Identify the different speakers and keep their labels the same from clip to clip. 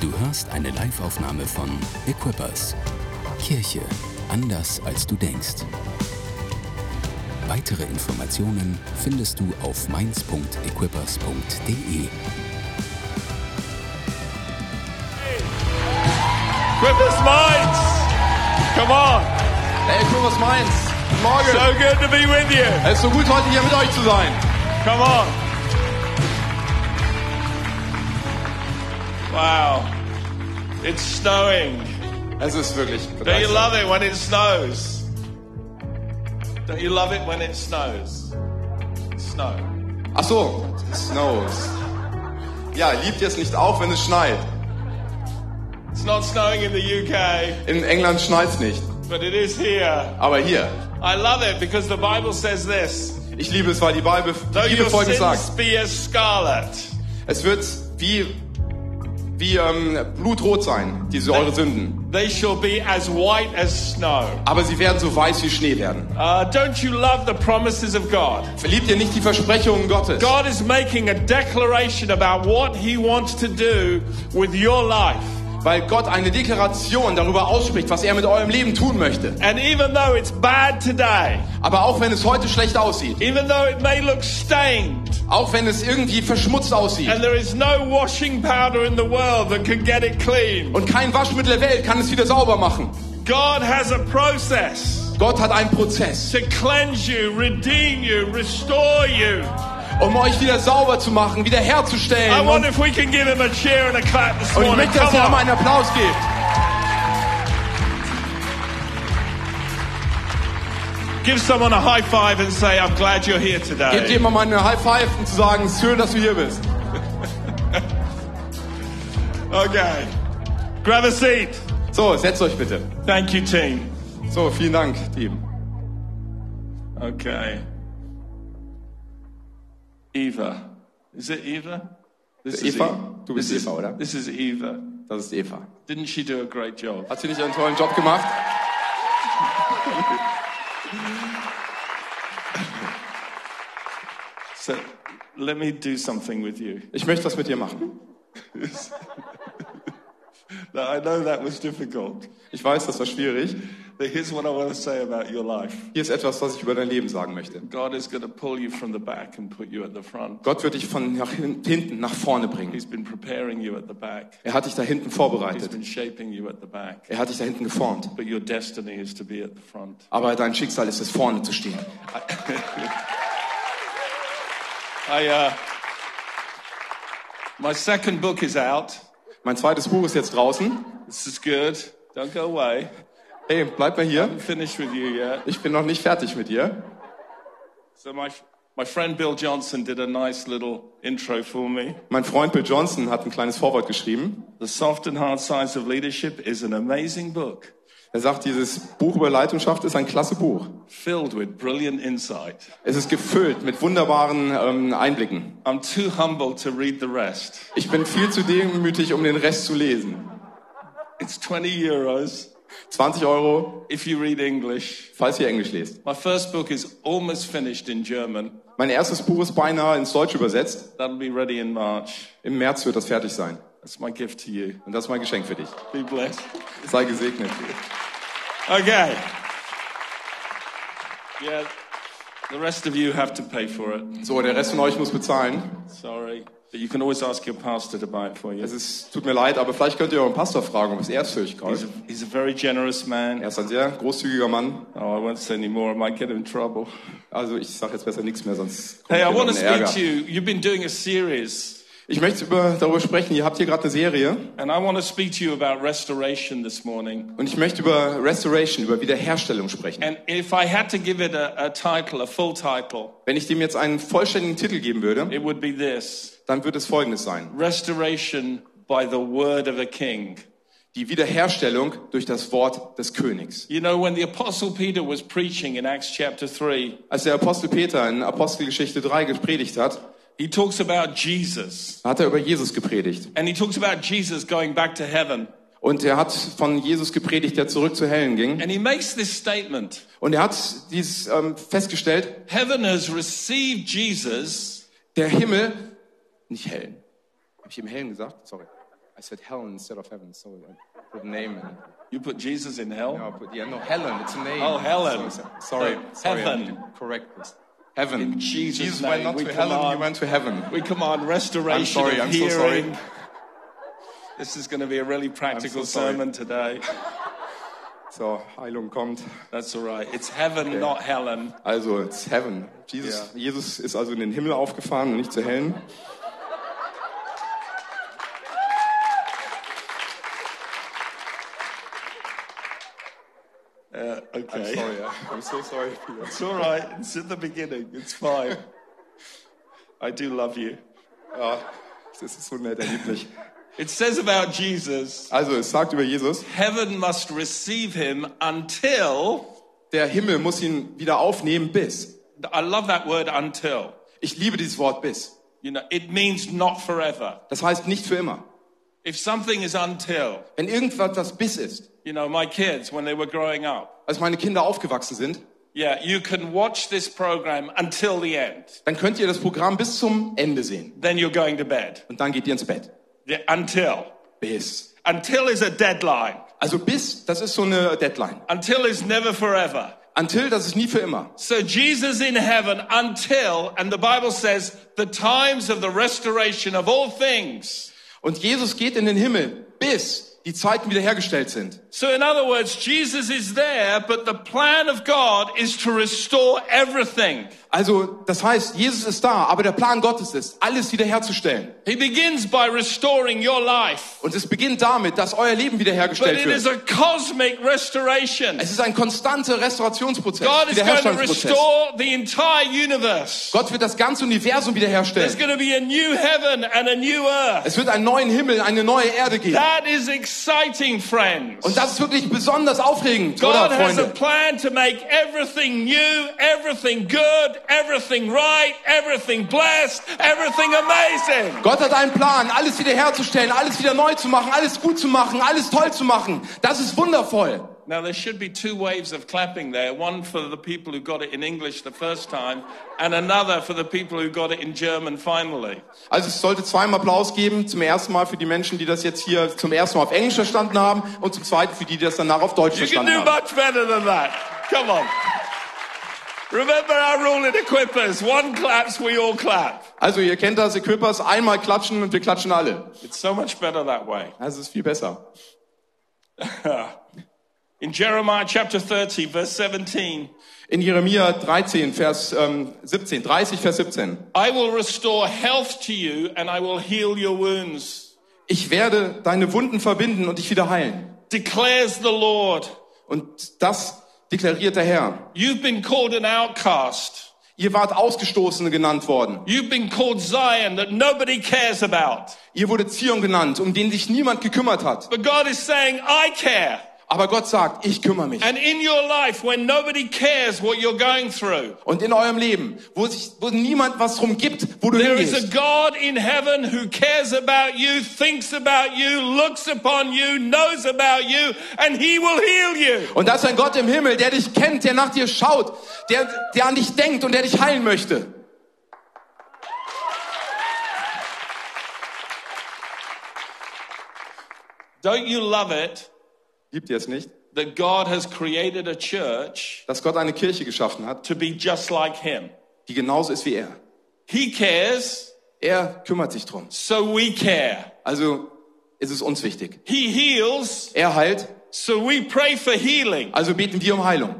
Speaker 1: Du hörst eine Liveaufnahme von Equippers. Kirche anders als du denkst. Weitere Informationen findest du auf mainz.equippers.de.
Speaker 2: Griffiths Mines. Come on.
Speaker 3: Hey, Thomas Mainz. Guten Morgen.
Speaker 2: So good to be with you.
Speaker 3: Es ist so gut, heute hier mit euch zu sein.
Speaker 2: Come on. Wow. It's snowing.
Speaker 3: Es ist wirklich
Speaker 2: Don't you
Speaker 3: begeistert.
Speaker 2: love it when it snows? Don't you love it when it snows? Snow.
Speaker 3: Ach so, it snows. Ja, liebt ihr es nicht auch, wenn es schneit?
Speaker 2: It's not snowing in the UK,
Speaker 3: In England schneit's nicht,
Speaker 2: but it is here.
Speaker 3: aber hier.
Speaker 2: I love it because the Bible says this.
Speaker 3: Ich liebe es, weil die Bibel,
Speaker 2: Though
Speaker 3: die Bibel
Speaker 2: your
Speaker 3: folgendes
Speaker 2: sins
Speaker 3: sagt.
Speaker 2: be as scarlet,
Speaker 3: Es wird wie, wie ähm, blutrot sein, diese eure Sünden.
Speaker 2: they shall be as white as snow.
Speaker 3: Aber sie werden so weiß wie Schnee werden.
Speaker 2: Uh, don't you love the promises of God?
Speaker 3: Liebt ihr nicht die Versprechungen Gottes?
Speaker 2: God is making a declaration about what He wants to do with your life.
Speaker 3: Weil Gott eine Deklaration darüber ausspricht, was er mit eurem Leben tun möchte.
Speaker 2: And even though it's bad today,
Speaker 3: Aber auch wenn es heute schlecht aussieht,
Speaker 2: even though it may look stained,
Speaker 3: Auch wenn es irgendwie verschmutzt aussieht.
Speaker 2: and there is no washing powder in the world that can get it clean,
Speaker 3: Und kein Waschmittel der Welt kann es wieder sauber machen.
Speaker 2: God has a process
Speaker 3: Gott hat einen Prozess,
Speaker 2: to cleanse you, redeem you, restore you.
Speaker 3: um euch wieder sauber zu machen, wieder
Speaker 2: I
Speaker 3: herzustellen. Und,
Speaker 2: wonder if we can give Him a cheer and a clap this
Speaker 3: und ich
Speaker 2: morning.
Speaker 3: möchte, dass
Speaker 2: Come
Speaker 3: ihr nochmal
Speaker 2: on.
Speaker 3: einen Applaus gebt.
Speaker 2: Give someone a high five and say, I'm glad you're here
Speaker 3: Gebt
Speaker 2: today.
Speaker 3: jemandem mal eine High Five und zu sagen, es ist schön, dass du hier bist.
Speaker 2: Okay. Grab a seat.
Speaker 3: So, setzt euch bitte.
Speaker 2: Thank you, team.
Speaker 3: So, vielen Dank, Team.
Speaker 2: Okay. Eva. Is it Eva? This
Speaker 3: Eva? Du bist
Speaker 2: this is-
Speaker 3: Eva, oder?
Speaker 2: This is Eva.
Speaker 3: Das ist Eva.
Speaker 2: Didn't she do a great job?
Speaker 3: Hat sie nicht einen tollen Job gemacht?
Speaker 2: So let me do something with you.
Speaker 3: Ich möchte das mit dir machen.
Speaker 2: Now, I know that was difficult,
Speaker 3: Ich weiß, das war schwierig.
Speaker 2: but here's what I want to say about your life.
Speaker 3: Hier ist etwas, was ich über dein Leben sagen möchte.
Speaker 2: God is going to pull you from the back and put you at the front.
Speaker 3: Gott wird dich von nach hin- hinten nach vorne bringen.
Speaker 2: He's been preparing you at the back.
Speaker 3: Er hat dich da hinten
Speaker 2: He's
Speaker 3: vorbereitet.
Speaker 2: been shaping you at the back.
Speaker 3: Er hat dich da hinten geformt.
Speaker 2: But your destiny is to be at the front.
Speaker 3: Aber dein Schicksal ist es, vorne zu stehen.
Speaker 2: I, uh, my second book is out.
Speaker 3: Mein zweites Buch ist jetzt draußen.
Speaker 2: This is good. Don't go away.
Speaker 3: Hey, bleib mal hier.
Speaker 2: I'm finished with you yet.
Speaker 3: Ich bin noch nicht fertig mit dir.
Speaker 2: So my my friend Bill Johnson did a nice little intro for me.
Speaker 3: Mein Freund Bill Johnson hat ein kleines Vorwort geschrieben.
Speaker 2: The Soft and Hard Science of Leadership is an amazing book
Speaker 3: Er sagt, dieses Buch über Leitungschaft ist ein klasse Buch.
Speaker 2: filled with brilliant insight.
Speaker 3: Es ist gefüllt mit wunderbaren ähm, Einblicken.
Speaker 2: I'm too humble to read the rest.
Speaker 3: Ich bin viel zu demütig, um den Rest zu lesen.
Speaker 2: It's 20 euros
Speaker 3: 20 Euro,
Speaker 2: if you read English.
Speaker 3: falls ihr Englisch lest.
Speaker 2: My first book is almost finished in German.
Speaker 3: Mein erstes Buch ist beinahe ins Deutsche übersetzt.
Speaker 2: That'll be ready in March.
Speaker 3: Im März wird das fertig sein.
Speaker 2: That's my gift to you.
Speaker 3: Und das ist mein Geschenk für dich.
Speaker 2: Be blessed.
Speaker 3: Sei gesegnet.
Speaker 2: Okay. Yeah, the rest of you have to pay for it.
Speaker 3: So, der Rest von euch muss bezahlen.
Speaker 2: Sorry. But you can always ask your pastor to buy it for you.
Speaker 3: Es ist, tut mir leid, aber vielleicht könnt ihr euren Pastor fragen, ob es er es für euch kauft.
Speaker 2: He's a, he's a very generous
Speaker 3: Er
Speaker 2: man.
Speaker 3: ist ein sehr großzügiger Mann.
Speaker 2: Oh, I won't say any more. I might get in trouble.
Speaker 3: Also ich sage jetzt besser nichts mehr, sonst kommt
Speaker 2: Hey, I
Speaker 3: hier noch
Speaker 2: want to
Speaker 3: ein
Speaker 2: speak
Speaker 3: Ärger.
Speaker 2: to you. You've been doing a series,
Speaker 3: Ich möchte über, darüber sprechen. Ihr habt hier gerade eine Serie
Speaker 2: and I want to speak to you about restoration this morning.
Speaker 3: und ich möchte über Restoration, über Wiederherstellung sprechen.
Speaker 2: And if I had to give it a, a title, a full title,
Speaker 3: Wenn ich dem jetzt einen vollständigen Titel geben würde,
Speaker 2: it would be this
Speaker 3: dann würde es folgendes sein.
Speaker 2: Restoration by the Word of a King.
Speaker 3: Die Wiederherstellung durch das Wort des Königs.
Speaker 2: You know, when the Apostle Peter was preaching in Acts chapter 3,
Speaker 3: Als der Apostel Peter in Apostelgeschichte 3 gepredigt hat,
Speaker 2: he talks about Jesus.
Speaker 3: hat er über Jesus gepredigt.
Speaker 2: And he talks about Jesus going back to heaven.
Speaker 3: Und er hat von Jesus gepredigt, der zurück zu Hellen ging.
Speaker 2: And he makes this statement
Speaker 3: Und er hat dieses ähm, festgestellt,
Speaker 2: Heaven has received Jesus
Speaker 3: der Himmel, nicht Hellen. Habe ich eben Hellen gesagt? Sorry. I said Helen instead of heaven, so I put name in it.
Speaker 2: You put Jesus in hell?
Speaker 3: No, I put, yeah, no, Helen, it's a name.
Speaker 2: Oh, Helen.
Speaker 3: So- so- sorry,
Speaker 2: No,
Speaker 3: sorry, I need
Speaker 2: heaven.
Speaker 3: to correct this. Heaven.
Speaker 2: In Jesus'
Speaker 3: Jesus
Speaker 2: name,
Speaker 3: went not
Speaker 2: we
Speaker 3: to Helen, he
Speaker 2: command-
Speaker 3: went to heaven.
Speaker 2: We command restoration
Speaker 3: I'm sorry,
Speaker 2: of
Speaker 3: I'm so sorry.
Speaker 2: hearing. This is going to be a really practical
Speaker 3: I'm so sorry.
Speaker 2: sermon today.
Speaker 3: So, Heilung kommt.
Speaker 2: That's all right. It's heaven, not Helen.
Speaker 3: Also, it's heaven. Jesus,
Speaker 2: Ja.
Speaker 3: Jesus ist also in den Himmel aufgefahren und nicht zu Helen.
Speaker 2: Uh, okay.
Speaker 3: Sorry, I'm so sorry, Peter.
Speaker 2: It's all right. It's in the beginning. It's fine. I do love you.
Speaker 3: Ja, das ist so nett, er liebt mich.
Speaker 2: It says about Jesus,
Speaker 3: Also, es sagt über Jesus,
Speaker 2: heaven must receive him until.
Speaker 3: der Himmel muss ihn wieder aufnehmen bis.
Speaker 2: I love that word until.
Speaker 3: Ich liebe dieses Wort bis.
Speaker 2: You know, it means not forever.
Speaker 3: Das heißt nicht für immer.
Speaker 2: If something is until,
Speaker 3: Wenn irgendwas das bis ist,
Speaker 2: you know, my kids, when they were growing up,
Speaker 3: als meine Kinder aufgewachsen sind,
Speaker 2: yeah, you can watch this program until the end.
Speaker 3: dann könnt ihr das Programm bis zum Ende sehen.
Speaker 2: Then you're going to bed.
Speaker 3: Und dann geht ihr ins Bett.
Speaker 2: Yeah, until.
Speaker 3: Bis.
Speaker 2: Until is a deadline.
Speaker 3: Also bis, das ist so eine Deadline.
Speaker 2: Until is never forever.
Speaker 3: Until, das ist nie für immer.
Speaker 2: So Jesus in heaven until, and the Bible says, the times of the restoration of all things.
Speaker 3: Und Jesus geht in den Himmel, bis die Zeiten wiederhergestellt sind.
Speaker 2: So in other words, Jesus is there, but the plan of God is to restore everything.
Speaker 3: Also, das heißt, Jesus ist da, aber der Plan Gottes ist, alles wiederherzustellen.
Speaker 2: He begins by restoring your life,
Speaker 3: Und es beginnt damit, dass euer Leben
Speaker 2: but
Speaker 3: wiederhergestellt
Speaker 2: it is
Speaker 3: wird.
Speaker 2: a cosmic restoration.
Speaker 3: Es ist ein konstanter Restaurationsprozess,
Speaker 2: God is going to
Speaker 3: Wiederherstellungsprozess.
Speaker 2: restore the entire universe.
Speaker 3: Gott wird das ganze
Speaker 2: There's
Speaker 3: Universum wiederherstellen.
Speaker 2: going to be a new heaven and a new earth.
Speaker 3: Es wird einen neuen Himmel, eine neue Erde geben.
Speaker 2: That is exciting, friends.
Speaker 3: Und das ist wirklich besonders aufregend,
Speaker 2: God
Speaker 3: oder
Speaker 2: has a
Speaker 3: Freunde?
Speaker 2: plan to make everything new, everything good, everything right, everything blessed, everything amazing.
Speaker 3: Gott hat einen Plan, alles wiederherzustellen, alles wieder neu zu machen, alles gut zu machen, alles toll zu machen. Das ist wundervoll.
Speaker 2: Now, there should be two waves of clapping there one for the people who got it in English the first time, and another for the people who got it in German finally.
Speaker 3: Also es sollte zweimal Applaus geben, zum ersten Mal für die Menschen, die das jetzt hier zum ersten Mal auf Englisch verstanden haben und zum zweiten für die, die das danach auf Deutsch
Speaker 2: You can
Speaker 3: verstanden
Speaker 2: do
Speaker 3: haben.
Speaker 2: much better than that. Come on. Remember our rule in Equippers one claps, we all clap.
Speaker 3: Also ihr kennt das, Equippers, einmal klatschen und wir klatschen alle.
Speaker 2: It's so much better that way.
Speaker 3: Das ist viel besser.
Speaker 2: In Jeremiah chapter 30, verse 17.
Speaker 3: In Jeremia 13, Vers ähm, 17, 30, Vers 17.
Speaker 2: I will restore health to you and I will heal your wounds,
Speaker 3: Ich werde deine Wunden verbinden und dich wieder heilen.
Speaker 2: declares the Lord.
Speaker 3: Und das deklariert der Herr.
Speaker 2: You've been called an outcast.
Speaker 3: Ihr wart Ausgestoßene genannt worden.
Speaker 2: You've been called Zion that nobody cares about.
Speaker 3: Ihr wurde Zion genannt, um den sich niemand gekümmert hat.
Speaker 2: But God is saying, I care.
Speaker 3: Aber Gott sagt, ich kümmere mich.
Speaker 2: And in your life, when nobody cares what you're going through,
Speaker 3: Und in eurem Leben, wo sich, wo niemand was drum gibt, wo du
Speaker 2: there is a
Speaker 3: hingehst,
Speaker 2: God in heaven who cares about you, thinks about you, looks upon you, knows about you, and he will heal you.
Speaker 3: und da ist ein Gott im Himmel, der dich kennt, der nach dir schaut, der, der an dich denkt und der dich heilen möchte.
Speaker 2: Don't you love it
Speaker 3: Liebt ihr es nicht,
Speaker 2: that God has created a church
Speaker 3: dass Gott eine Kirche geschaffen hat,
Speaker 2: to be just like him?
Speaker 3: die genauso ist wie er?
Speaker 2: He cares,
Speaker 3: Er kümmert sich drum.
Speaker 2: so we care.
Speaker 3: Also ist es uns wichtig.
Speaker 2: He heals,
Speaker 3: Er heilt,
Speaker 2: so we pray for healing.
Speaker 3: also beten wir um Heilung.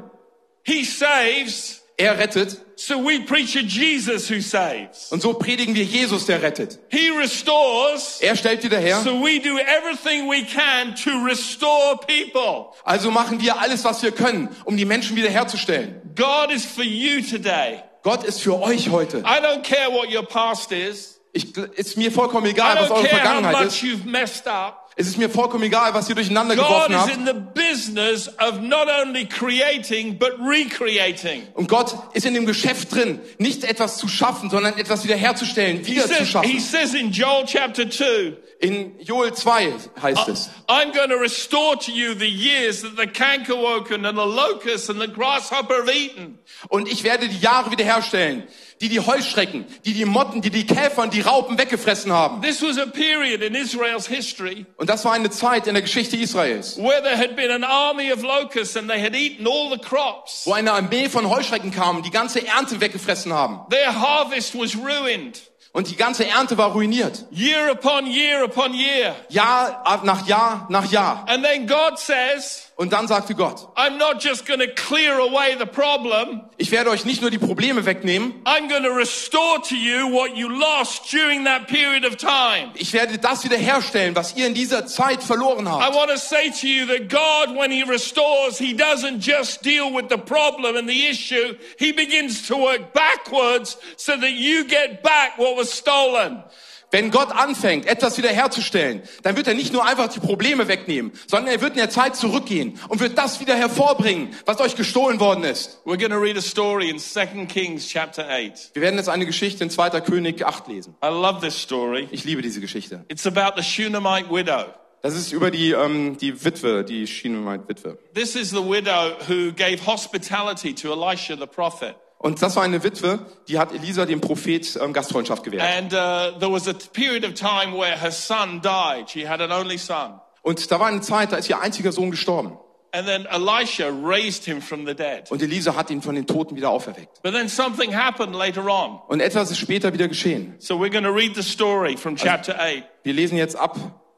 Speaker 2: He saves,
Speaker 3: Er rettet
Speaker 2: so we preach a Jesus who saves.
Speaker 3: und so predigen wir Jesus, der rettet.
Speaker 2: He restores,
Speaker 3: Er stellt wieder her,
Speaker 2: so we do everything we can to restore people.
Speaker 3: also machen wir alles, was wir können, um die Menschen wiederherzustellen.
Speaker 2: God is for you today.
Speaker 3: Gott ist für euch heute.
Speaker 2: I don't care what your past is.
Speaker 3: Ich, gl- ist mir vollkommen
Speaker 2: I
Speaker 3: egal, was
Speaker 2: don't
Speaker 3: eure
Speaker 2: care how
Speaker 3: Vergangenheit ist.
Speaker 2: much you've messed up.
Speaker 3: Es ist mir vollkommen egal, was ihr durcheinander
Speaker 2: God
Speaker 3: geworfen
Speaker 2: is
Speaker 3: habt.
Speaker 2: in the business of not only creating, but recreating.
Speaker 3: Und Gott ist in dem Geschäft drin, nicht etwas zu schaffen, sondern etwas wiederherzustellen,
Speaker 2: He
Speaker 3: wieder zu
Speaker 2: says, he
Speaker 3: schaffen.
Speaker 2: says in Joel chapter 2,
Speaker 3: In Joel 2 heißt
Speaker 2: Ah.
Speaker 3: es.
Speaker 2: I'm going to restore to you the years that the cankerworker and the locust and the grasshopper have eaten.
Speaker 3: Und ich werde die Jahre wiederherstellen, die die Heuschrecken, die die Motten, die die Käfer und die Raupen weggefressen haben.
Speaker 2: This was a period in Israel's history
Speaker 3: Und das war eine Zeit in der Geschichte Israels,
Speaker 2: where there had been an army of locusts and they had eaten all the crops.
Speaker 3: wo eine Armee von Heuschrecken kam und die ganze Ernte weggefressen haben.
Speaker 2: Their harvest was ruined
Speaker 3: Und die ganze Ernte war ruiniert.
Speaker 2: year upon year upon year.
Speaker 3: Jahr ab- nach Jahr nach Jahr.
Speaker 2: And then God says,
Speaker 3: Und dann sagte Gott,
Speaker 2: I'm not just going to clear away the problem.
Speaker 3: ich werde euch nicht nur die Probleme wegnehmen,
Speaker 2: I'm going to restore to you what you lost during that period of time.
Speaker 3: ich werde das wiederherstellen, was ihr in dieser Zeit verloren
Speaker 2: I
Speaker 3: habt.
Speaker 2: want to say to you that God, when He restores, He doesn't just deal with the problem and the issue. He begins to work backwards so that you get back what was stolen.
Speaker 3: Wenn Gott anfängt, etwas wiederherzustellen, dann wird er nicht nur einfach die Probleme wegnehmen, sondern er wird in der Zeit zurückgehen und wird das wieder hervorbringen, was euch gestohlen worden ist.
Speaker 2: We're going to read a story in 2 Kings chapter 8.
Speaker 3: Wir werden jetzt eine Geschichte in 2. König 8 lesen.
Speaker 2: I love this story.
Speaker 3: Ich liebe diese Geschichte.
Speaker 2: It's about the Shunammite widow.
Speaker 3: Das ist über die, ähm, die Witwe, die Schinemite-Witwe.
Speaker 2: This is the widow who gave hospitality to Elisha the prophet.
Speaker 3: Und das war eine Witwe, die hat Elisa, dem Prophet, ähm, Gastfreundschaft gewährt.
Speaker 2: And uh, there was a t- period of time where her son died. She had an only son.
Speaker 3: Und da war eine Zeit, da ist ihr einziger Sohn gestorben.
Speaker 2: And then Elisha raised him from the dead.
Speaker 3: Und Elisa hat ihn von den Toten wieder auferweckt.
Speaker 2: But then something happened later on.
Speaker 3: Und etwas ist später wieder geschehen.
Speaker 2: So we're going to read the story from chapter 8,
Speaker 3: Wir lesen jetzt ab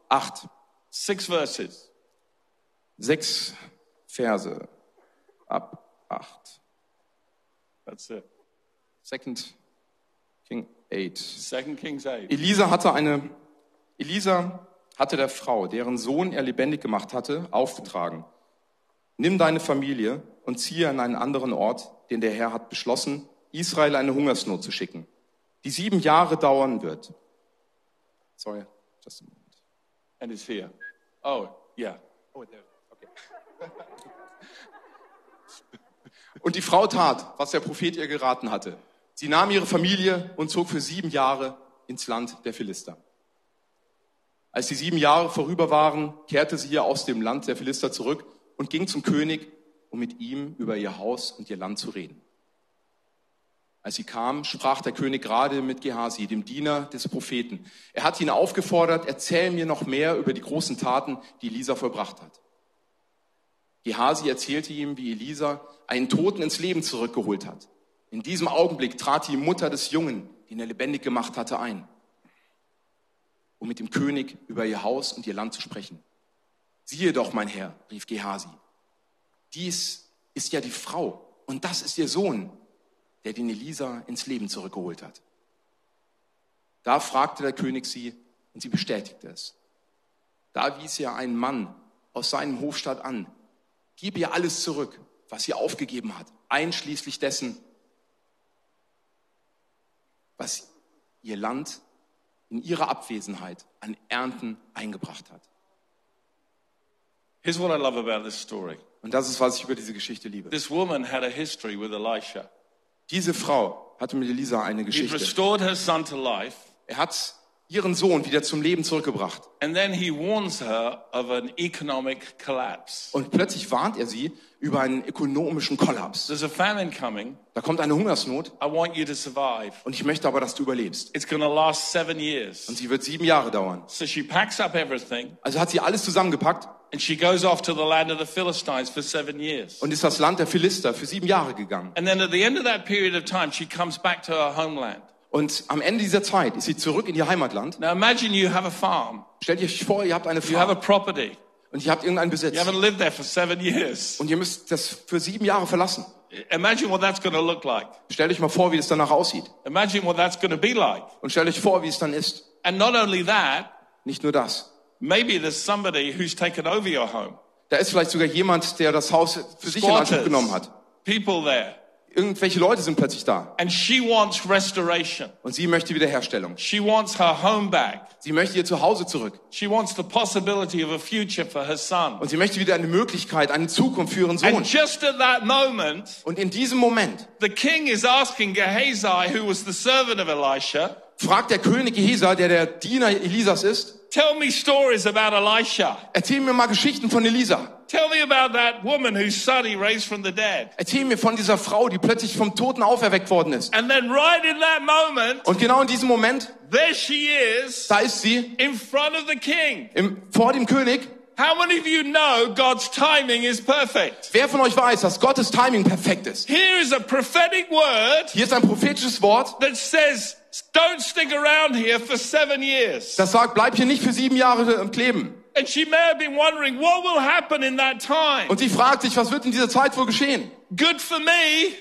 Speaker 3: 8,
Speaker 2: six verses.
Speaker 3: 6 Verse. Ab 8.
Speaker 2: That's it.
Speaker 3: Second King 8.
Speaker 2: Second Kings 8.
Speaker 3: Elisa hatte eine, Elisa hatte der Frau, deren Sohn er lebendig gemacht hatte, aufgetragen. Nimm deine Familie und ziehe an einen anderen Ort, den der Herr hat beschlossen, Israel eine Hungersnot zu schicken, die sieben Jahre dauern wird. Sorry, just a moment.
Speaker 2: And it's here. Oh, yeah.
Speaker 3: Und die Frau tat, was der Prophet ihr geraten hatte. Sie nahm ihre Familie und zog für sieben Jahre ins Land der Philister. Als die sieben Jahre vorüber waren, kehrte sie ihr aus dem Land der Philister zurück und ging zum König, um mit ihm über ihr Haus und ihr Land zu reden. Als sie kam, sprach der König gerade mit Gehasi, dem Diener des Propheten. Er hatte ihn aufgefordert, erzähl mir noch mehr über die großen Taten, die Elisa vollbracht hat. Gehasi erzählte ihm, wie Elisa einen Toten ins Leben zurückgeholt hat. In diesem Augenblick trat die Mutter des Jungen, den er lebendig gemacht hatte, ein, um mit dem König über ihr Haus und ihr Land zu sprechen. Siehe doch, mein Herr, rief Gehasi, dies ist ja die Frau und das ist ihr Sohn, der den Elisa ins Leben zurückgeholt hat. Da fragte der König sie und sie bestätigte es. Da wies er einen Mann aus seinem Hofstaat an, Gib ihr alles zurück, was sie aufgegeben hat, einschließlich dessen, was ihr Land in ihrer Abwesenheit an Ernten eingebracht hat.
Speaker 2: Here's what I love about this story.
Speaker 3: Und das ist, was ich über diese Geschichte liebe.
Speaker 2: This woman had a history with Elisha.
Speaker 3: Diese Frau hatte mit Elisa eine
Speaker 2: He
Speaker 3: Geschichte.
Speaker 2: restored her son to life.
Speaker 3: Er hat ihren Sohn wieder zum Leben zurückgebracht.
Speaker 2: And then he warns her of an economic collapse.
Speaker 3: Und plötzlich warnt er sie über einen ökonomischen Kollaps.
Speaker 2: There's a famine coming.
Speaker 3: Da kommt eine Hungersnot
Speaker 2: I want you to survive.
Speaker 3: und ich möchte aber, dass du überlebst.
Speaker 2: It's going to last seven years.
Speaker 3: Und sie wird sieben Jahre dauern.
Speaker 2: So she packs up everything
Speaker 3: Also hat sie alles zusammengepackt
Speaker 2: and she goes off to the land of the Philistines for seven years.
Speaker 3: und ist das Land der Philister für sieben Jahre gegangen.
Speaker 2: And then at the end of that period of time, she comes back to her homeland.
Speaker 3: Und am Ende dieser Zeit ist sie zurück in ihr Heimatland.
Speaker 2: Now imagine you have a farm,
Speaker 3: Stellt euch vor, ihr habt eine
Speaker 2: you have a
Speaker 3: Frau
Speaker 2: property,
Speaker 3: und ihr habt irgendeinen Besitz.
Speaker 2: you haven't lived there for seven years.
Speaker 3: Und ihr müsst das für sieben Jahre verlassen.
Speaker 2: Imagine what that's going to look like.
Speaker 3: Stellt euch mal vor, wie es danach aussieht.
Speaker 2: Imagine what that's going to be like.
Speaker 3: Und stellt euch vor, wie es dann ist.
Speaker 2: And not only that,
Speaker 3: Nicht nur das.
Speaker 2: maybe there's somebody who's taken over your home.
Speaker 3: Da ist vielleicht sogar jemand, der das Haus für sich in
Speaker 2: Squatters,
Speaker 3: Anspruch genommen hat.
Speaker 2: People there.
Speaker 3: irgendwelche Leute sind plötzlich da.
Speaker 2: And she wants restoration.
Speaker 3: Und sie möchte Wiederherstellung.
Speaker 2: She wants her home back.
Speaker 3: Sie möchte ihr Zuhause zurück.
Speaker 2: She wants the possibility of a future for her son.
Speaker 3: Und sie möchte wieder eine Möglichkeit, eine Zukunft für ihren
Speaker 2: And
Speaker 3: Sohn.
Speaker 2: just at that moment,
Speaker 3: Und in diesem Moment
Speaker 2: the king is asking Gehazi, who was the servant of Elisha,
Speaker 3: fragt der König Gehesa, der der Diener Elisas ist,
Speaker 2: tell me stories about Elisha.
Speaker 3: erzähl mir mal Geschichten von Elisa.
Speaker 2: Tell me about that woman whose son he raised from the dead.
Speaker 3: Erzähl mir von dieser Frau, die plötzlich vom Toten auferweckt worden ist.
Speaker 2: And then right in that moment,
Speaker 3: Und genau in diesem Moment,
Speaker 2: there she is
Speaker 3: da ist sie
Speaker 2: in front of the king.
Speaker 3: im, vor dem König.
Speaker 2: How many of you know God's timing is perfect?
Speaker 3: Wer von euch weiß, dass Gottes Timing perfekt ist?
Speaker 2: Here is a prophetic word
Speaker 3: Hier ist ein prophetisches Wort,
Speaker 2: that says, don't stick around here for seven years.
Speaker 3: das sagt, bleib hier nicht für sieben Jahre im Kleben.
Speaker 2: And she may have been wondering, what will happen in that time?
Speaker 3: Und sie fragt sich, was wird in dieser Zeit wohl geschehen?
Speaker 2: Good for me,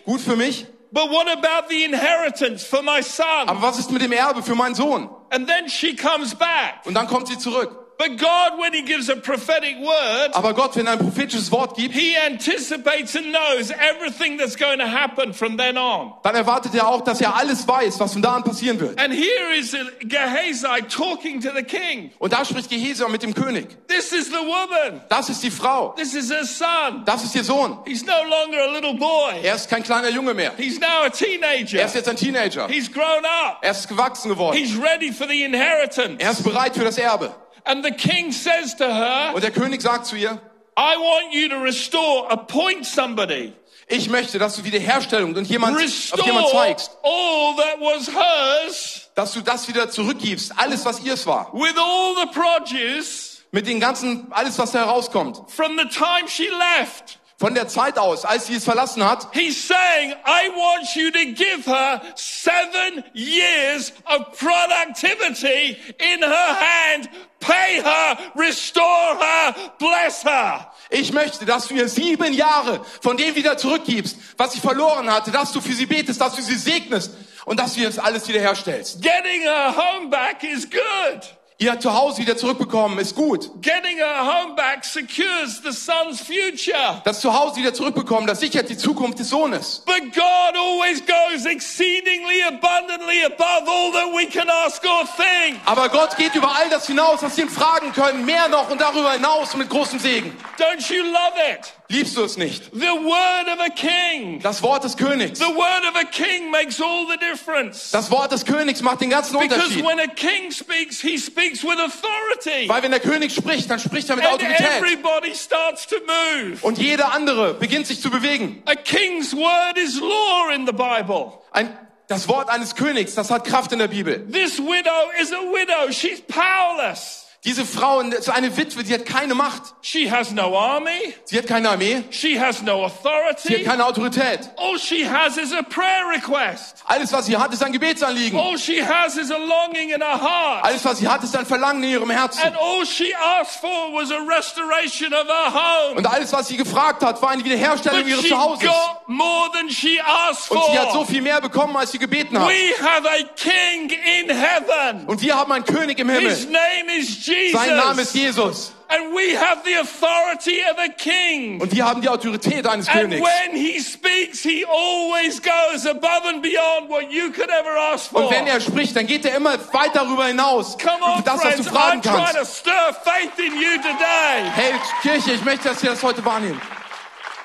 Speaker 3: Gut für mich,
Speaker 2: but what about the inheritance for my son?
Speaker 3: aber was ist mit dem Erbe für meinen Sohn?
Speaker 2: And then she comes back.
Speaker 3: Und dann kommt sie zurück.
Speaker 2: But God, when He gives a prophetic word,
Speaker 3: Aber Gott, wenn er ein prophetisches Wort gibt,
Speaker 2: He anticipates and knows everything that's going to happen from then on.
Speaker 3: dann erwartet er auch, dass er alles weiß, was von da an passieren wird.
Speaker 2: And here is Gehazi talking to the king.
Speaker 3: Und da spricht Gehesa mit dem König.
Speaker 2: This is the woman.
Speaker 3: Das ist die Frau.
Speaker 2: This is her son.
Speaker 3: Das ist ihr Sohn.
Speaker 2: He's no longer a little boy.
Speaker 3: Er ist kein kleiner Junge mehr.
Speaker 2: He's now a
Speaker 3: Er
Speaker 2: teenager.
Speaker 3: ist jetzt ein Teenager.
Speaker 2: He's grown up.
Speaker 3: Er ist gewachsen geworden.
Speaker 2: He's ready for the inheritance.
Speaker 3: Er ist bereit für das Erbe.
Speaker 2: And the king says to her,
Speaker 3: Und der König sagt zu ihr,
Speaker 2: I want you to restore, appoint somebody.
Speaker 3: ich möchte, dass du Wiederherstellung und jemand, auf jemand
Speaker 2: Restore
Speaker 3: zeigst,
Speaker 2: all that was hers
Speaker 3: dass du das wieder zurückgibst. Alles, was ihrs war.
Speaker 2: with all the produce
Speaker 3: Mit den ganzen, alles, was da herauskommt.
Speaker 2: from the time she left.
Speaker 3: Von der Zeit aus, als sie es verlassen hat,
Speaker 2: He's saying, I want you to give her seven years of productivity in her hand. Pay her, restore her, bless her.
Speaker 3: ich möchte, dass du ihr sieben Jahre von dem wieder zurückgibst, was sie verloren hatte, dass du für sie betest, dass du sie segnest und dass du ihr das alles wiederherstellst.
Speaker 2: Getting her home back is good.
Speaker 3: Ihr Zuhause wieder zurückbekommen ist gut.
Speaker 2: Getting her home back secures the son's future.
Speaker 3: Das Zuhause wieder zurückbekommen, das sichert die Zukunft des Sohnes.
Speaker 2: But God always goes exceedingly abundantly above all that we can ask or think.
Speaker 3: Aber Gott geht über all das hinaus, was wir ihn fragen können, mehr noch und darüber hinaus mit großem Segen.
Speaker 2: Don't you love it?
Speaker 3: Liebst du es nicht?
Speaker 2: The word of a king.
Speaker 3: Das Wort des Königs.
Speaker 2: The word of a king makes all the difference.
Speaker 3: Das Wort des Königs macht den ganzen
Speaker 2: Because
Speaker 3: Unterschied.
Speaker 2: when a king speaks, he speaks with authority.
Speaker 3: Weil wenn der König spricht, dann spricht er mit
Speaker 2: And
Speaker 3: Autorität.
Speaker 2: everybody starts to move.
Speaker 3: Und jeder andere beginnt sich zu bewegen.
Speaker 2: A king's word is law in the Bible.
Speaker 3: Ein, das Wort eines Königs, das hat Kraft in der Bibel.
Speaker 2: This widow is a widow. She's powerless.
Speaker 3: Diese Frau ist eine Witwe, sie hat keine Macht.
Speaker 2: She has no army.
Speaker 3: Sie hat keine Armee.
Speaker 2: She has no
Speaker 3: Sie hat
Speaker 2: authority.
Speaker 3: keine Autorität.
Speaker 2: All she has is a prayer request.
Speaker 3: Alles, was sie hat, ist ein Gebetsanliegen.
Speaker 2: All she has is a longing in her heart.
Speaker 3: Alles, was sie hat, ist ein Verlangen in ihrem Herzen.
Speaker 2: And all she asked for was a restoration of her home.
Speaker 3: Und alles, was sie gefragt hat, war eine Wiederherstellung
Speaker 2: But
Speaker 3: ihres
Speaker 2: she
Speaker 3: Zuhauses.
Speaker 2: got more than she asked
Speaker 3: Und sie hat so
Speaker 2: for.
Speaker 3: viel mehr bekommen, als sie gebeten hat.
Speaker 2: We have a king in heaven.
Speaker 3: Und wir haben einen König im
Speaker 2: His
Speaker 3: Himmel.
Speaker 2: name is
Speaker 3: Sein Name ist
Speaker 2: Jesus.
Speaker 3: Jesus.
Speaker 2: And we have the authority of a king.
Speaker 3: Und wir haben die Autorität eines
Speaker 2: And
Speaker 3: Königs.
Speaker 2: when he speaks, he always goes above and beyond what you could ever ask for.
Speaker 3: Und wenn er spricht, dann geht er immer weit darüber hinaus.
Speaker 2: Come on,
Speaker 3: über Das, was du
Speaker 2: friends, I'm
Speaker 3: fragen
Speaker 2: trying to
Speaker 3: kannst.
Speaker 2: stir faith in you today.
Speaker 3: Hey, Kirche, ich möchte, dass ihr das heute wahrnehmt.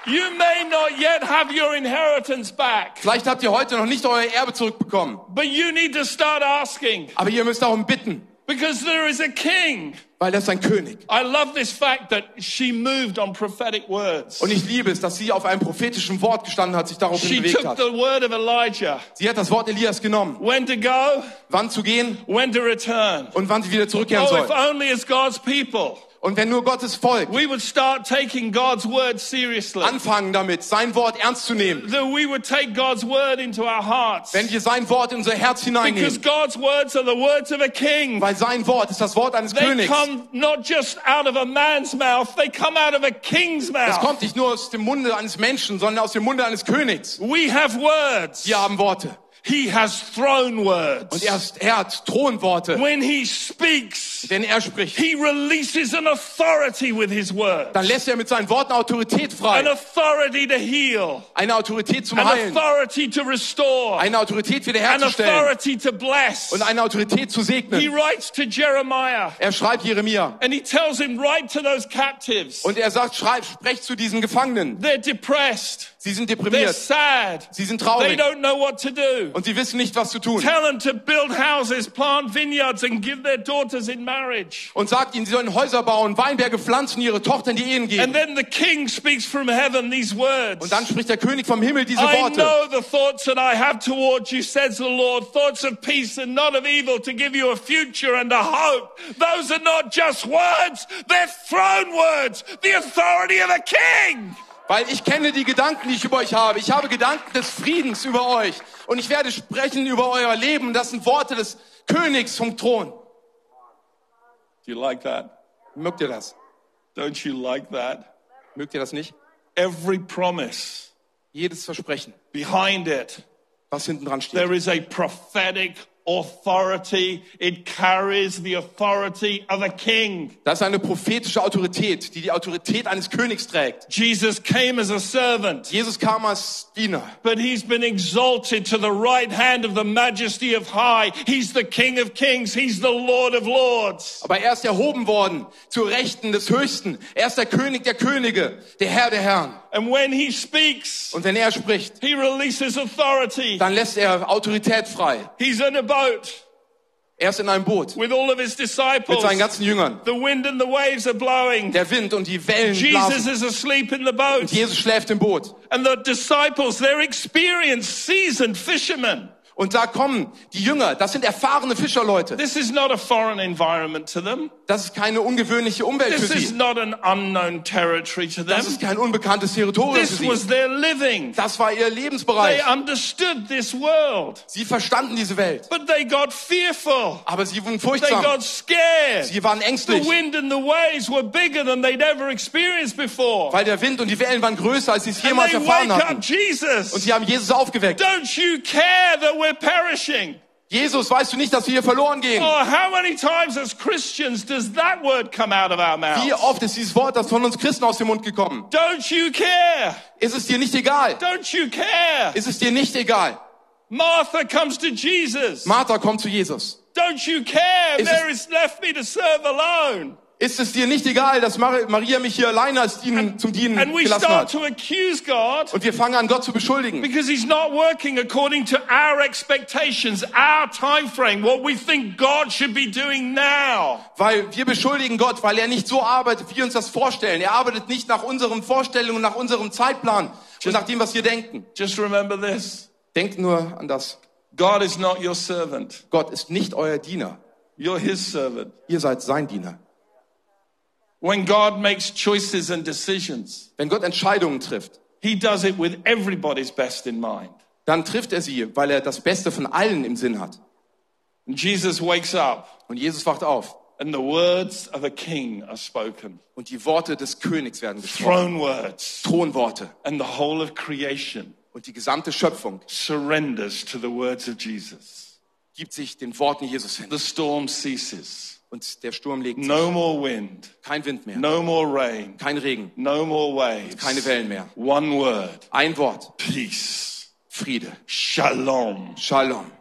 Speaker 2: You may not yet have your inheritance back,
Speaker 3: Vielleicht habt ihr heute noch nicht euer Erbe zurückbekommen.
Speaker 2: but you need to start asking
Speaker 3: Aber ihr müsst darum bitten,
Speaker 2: because there is a king.
Speaker 3: weil das ist ein König.
Speaker 2: I love this fact that she moved on prophetic words.
Speaker 3: Und ich liebe es, dass sie auf einem prophetischen Wort gestanden hat, sich darauf
Speaker 2: She
Speaker 3: bewegt
Speaker 2: took
Speaker 3: hat.
Speaker 2: the word of Elijah
Speaker 3: Sie hat das Wort Elias genommen.
Speaker 2: when to go,
Speaker 3: Wann zu gehen
Speaker 2: when to return.
Speaker 3: und wann sie wieder zurückkehren
Speaker 2: Oh, if
Speaker 3: soll.
Speaker 2: only as God's people,
Speaker 3: Und wenn nur Gottes Volk
Speaker 2: we would start taking God's word seriously.
Speaker 3: anfangen damit, sein Wort ernst zu nehmen,
Speaker 2: That we would take God's word into our hearts.
Speaker 3: wenn wir sein Wort in unser Herz
Speaker 2: Because
Speaker 3: hineinnehmen,
Speaker 2: God's words are the words of a king.
Speaker 3: weil sein Wort ist das Wort eines
Speaker 2: They
Speaker 3: Königs.
Speaker 2: come not just out of a man's mouth, they come out of a king's
Speaker 3: Es
Speaker 2: mouth.
Speaker 3: kommt nicht nur aus dem Munde eines Menschen, sondern aus dem Munde eines Königs.
Speaker 2: We have words.
Speaker 3: Wir haben Worte.
Speaker 2: He has thrown
Speaker 3: Und
Speaker 2: words.
Speaker 3: er, er hat Thronworte.
Speaker 2: When he speaks,
Speaker 3: Denn er spricht.
Speaker 2: he releases an authority with his words.
Speaker 3: Dann lässt er mit seinen Worten Autorität
Speaker 2: An
Speaker 3: frei.
Speaker 2: authority to heal.
Speaker 3: Eine Autorität zum
Speaker 2: An
Speaker 3: Heilen.
Speaker 2: authority to restore.
Speaker 3: Eine Autorität
Speaker 2: An
Speaker 3: wiederherzustellen.
Speaker 2: authority to bless.
Speaker 3: Und eine Autorität zu
Speaker 2: He
Speaker 3: segnen.
Speaker 2: writes to Jeremiah
Speaker 3: Er schreibt Jeremia.
Speaker 2: and he tells him, write to those captives.
Speaker 3: Und er sagt, schreib, sprech zu diesen Gefangenen.
Speaker 2: They're depressed.
Speaker 3: Sie sind
Speaker 2: They're
Speaker 3: deprimiert.
Speaker 2: sad.
Speaker 3: Sie sind
Speaker 2: They
Speaker 3: traurig.
Speaker 2: don't know what to do.
Speaker 3: Und sie wissen nicht, was zu tun.
Speaker 2: Tell them to build houses, plant vineyards, and give their daughters in marriage.
Speaker 3: Und sagt ihnen, sie sollen Häuser bauen, Weinberge pflanzen, ihre Tochter in die Ehen
Speaker 2: And
Speaker 3: geben.
Speaker 2: then the king speaks from heaven these words.
Speaker 3: Und dann spricht der König vom Himmel diese
Speaker 2: I
Speaker 3: Worte.
Speaker 2: know the thoughts that I have towards you, says the Lord, thoughts of peace and not of evil to give you a future and a hope. Those are not just words, they're throne words, the authority of a king.
Speaker 3: Weil ich kenne die Gedanken, die ich über euch habe. Ich habe Gedanken des Friedens über euch. Und ich werde sprechen über euer Leben. Das sind Worte des Königs vom Thron.
Speaker 2: Do you like that?
Speaker 3: Mögt ihr das?
Speaker 2: Don't you like that?
Speaker 3: Mögt ihr das nicht?
Speaker 2: Every promise
Speaker 3: Jedes Versprechen,
Speaker 2: behind it
Speaker 3: was hinten dran steht,
Speaker 2: There is a prophetic authority. It carries the authority of a king.
Speaker 3: das ist eine prophetische Autorität, die die Autorität eines Königs trägt.
Speaker 2: Jesus came as a servant,
Speaker 3: Jesus kam als Diener.
Speaker 2: but he's been exalted to the right hand of the majesty of high. He's the king of kings. He's the lord of lords.
Speaker 3: Aber er ist erhoben worden zur Rechten des Höchsten. Er ist der König der Könige, der Herr der Herren.
Speaker 2: And when he speaks,
Speaker 3: Und wenn er spricht,
Speaker 2: he releases authority.
Speaker 3: dann lässt er Autorität frei.
Speaker 2: He's in a boat
Speaker 3: Er ist in einem Boot
Speaker 2: with all of his
Speaker 3: mit
Speaker 2: disciples.
Speaker 3: seinen ganzen Jüngern.
Speaker 2: The wind and the waves are blowing.
Speaker 3: Der Wind und die Wellen
Speaker 2: Jesus
Speaker 3: blasen.
Speaker 2: is asleep in the boat.
Speaker 3: Jesus schläft im Boot
Speaker 2: And the disciples, they're experienced, seasoned fishermen.
Speaker 3: und da kommen die Jünger. Das sind erfahrene Fischerleute.
Speaker 2: This is not a foreign environment to them.
Speaker 3: Das ist keine ungewöhnliche Umwelt für
Speaker 2: This is
Speaker 3: sie.
Speaker 2: not an unknown territory to them.
Speaker 3: Das ist kein unbekanntes Territorium
Speaker 2: This
Speaker 3: für
Speaker 2: was
Speaker 3: sie.
Speaker 2: their living.
Speaker 3: Das war ihr Lebensbereich.
Speaker 2: They understood this world,
Speaker 3: Sie verstanden diese Welt,
Speaker 2: but they got fearful.
Speaker 3: aber sie wurden
Speaker 2: They
Speaker 3: furchtsam.
Speaker 2: got scared.
Speaker 3: Sie waren
Speaker 2: The
Speaker 3: ängstlich,
Speaker 2: wind and the waves were bigger than they'd ever experienced before.
Speaker 3: weil der Wind und die Wellen waren größer, als sie es
Speaker 2: And
Speaker 3: jemals
Speaker 2: they wake
Speaker 3: erfahren
Speaker 2: up
Speaker 3: hatten. Und
Speaker 2: Jesus.
Speaker 3: sie haben Jesus aufgeweckt.
Speaker 2: Don't you care that we're perishing?
Speaker 3: Jesus, weißt du nicht, dass wir hier verloren gehen?
Speaker 2: Oh, how many times as Christians does that word come out of our
Speaker 3: Wie
Speaker 2: mouths?
Speaker 3: oft ist dieses Wort, das von uns Christen aus dem Mund gekommen?
Speaker 2: Don't you care?
Speaker 3: Ist es dir nicht egal?
Speaker 2: Don't you care?
Speaker 3: Ist es dir nicht egal?
Speaker 2: Martha comes to Jesus.
Speaker 3: Martha, komm zu Jesus.
Speaker 2: Don't you care?
Speaker 3: Is
Speaker 2: There is left me to serve alone.
Speaker 3: Ist es dir nicht egal, dass Mar- Maria mich hier alleine als Dienen, zum
Speaker 2: And
Speaker 3: Dienen
Speaker 2: we
Speaker 3: gelassen
Speaker 2: start
Speaker 3: hat?
Speaker 2: to accuse God
Speaker 3: Und wir fangen an, Gott zu beschuldigen,
Speaker 2: because he's not working according to our expectations, our time frame, what we think God should be doing now.
Speaker 3: weil wir beschuldigen Gott, weil er nicht so arbeitet, wie wir uns das vorstellen. Er arbeitet nicht nach unseren Vorstellungen, nach unserem Zeitplan und nach dem, was wir denken.
Speaker 2: Just remember this.
Speaker 3: Denkt nur an das.
Speaker 2: God is not your servant.
Speaker 3: Gott ist nicht euer Diener.
Speaker 2: You're his servant.
Speaker 3: Ihr seid sein Diener.
Speaker 2: When God makes choices and decisions,
Speaker 3: Wenn Gott Entscheidungen trifft,
Speaker 2: he does it with everybody's best in mind.
Speaker 3: dann trifft er sie, weil er das Beste von allen im Sinn hat.
Speaker 2: And Jesus wakes up
Speaker 3: Und Jesus wacht auf
Speaker 2: and the words of a king are spoken.
Speaker 3: und die Worte des Königs werden
Speaker 2: Throne
Speaker 3: gesprochen.
Speaker 2: words.
Speaker 3: Thronworte.
Speaker 2: and the whole of creation
Speaker 3: Und die gesamte Schöpfung
Speaker 2: surrenders to the words of Jesus.
Speaker 3: gibt sich den Worten Jesus hin.
Speaker 2: The storm ceases.
Speaker 3: Und der Sturm legt sich.
Speaker 2: No more wind,
Speaker 3: Kein Wind mehr.
Speaker 2: no more rain,
Speaker 3: Kein Regen.
Speaker 2: no more waves.
Speaker 3: Keine Wellen mehr.
Speaker 2: One word
Speaker 3: Ein Wort.
Speaker 2: peace.
Speaker 3: Friede.
Speaker 2: Shalom.
Speaker 3: Shalom.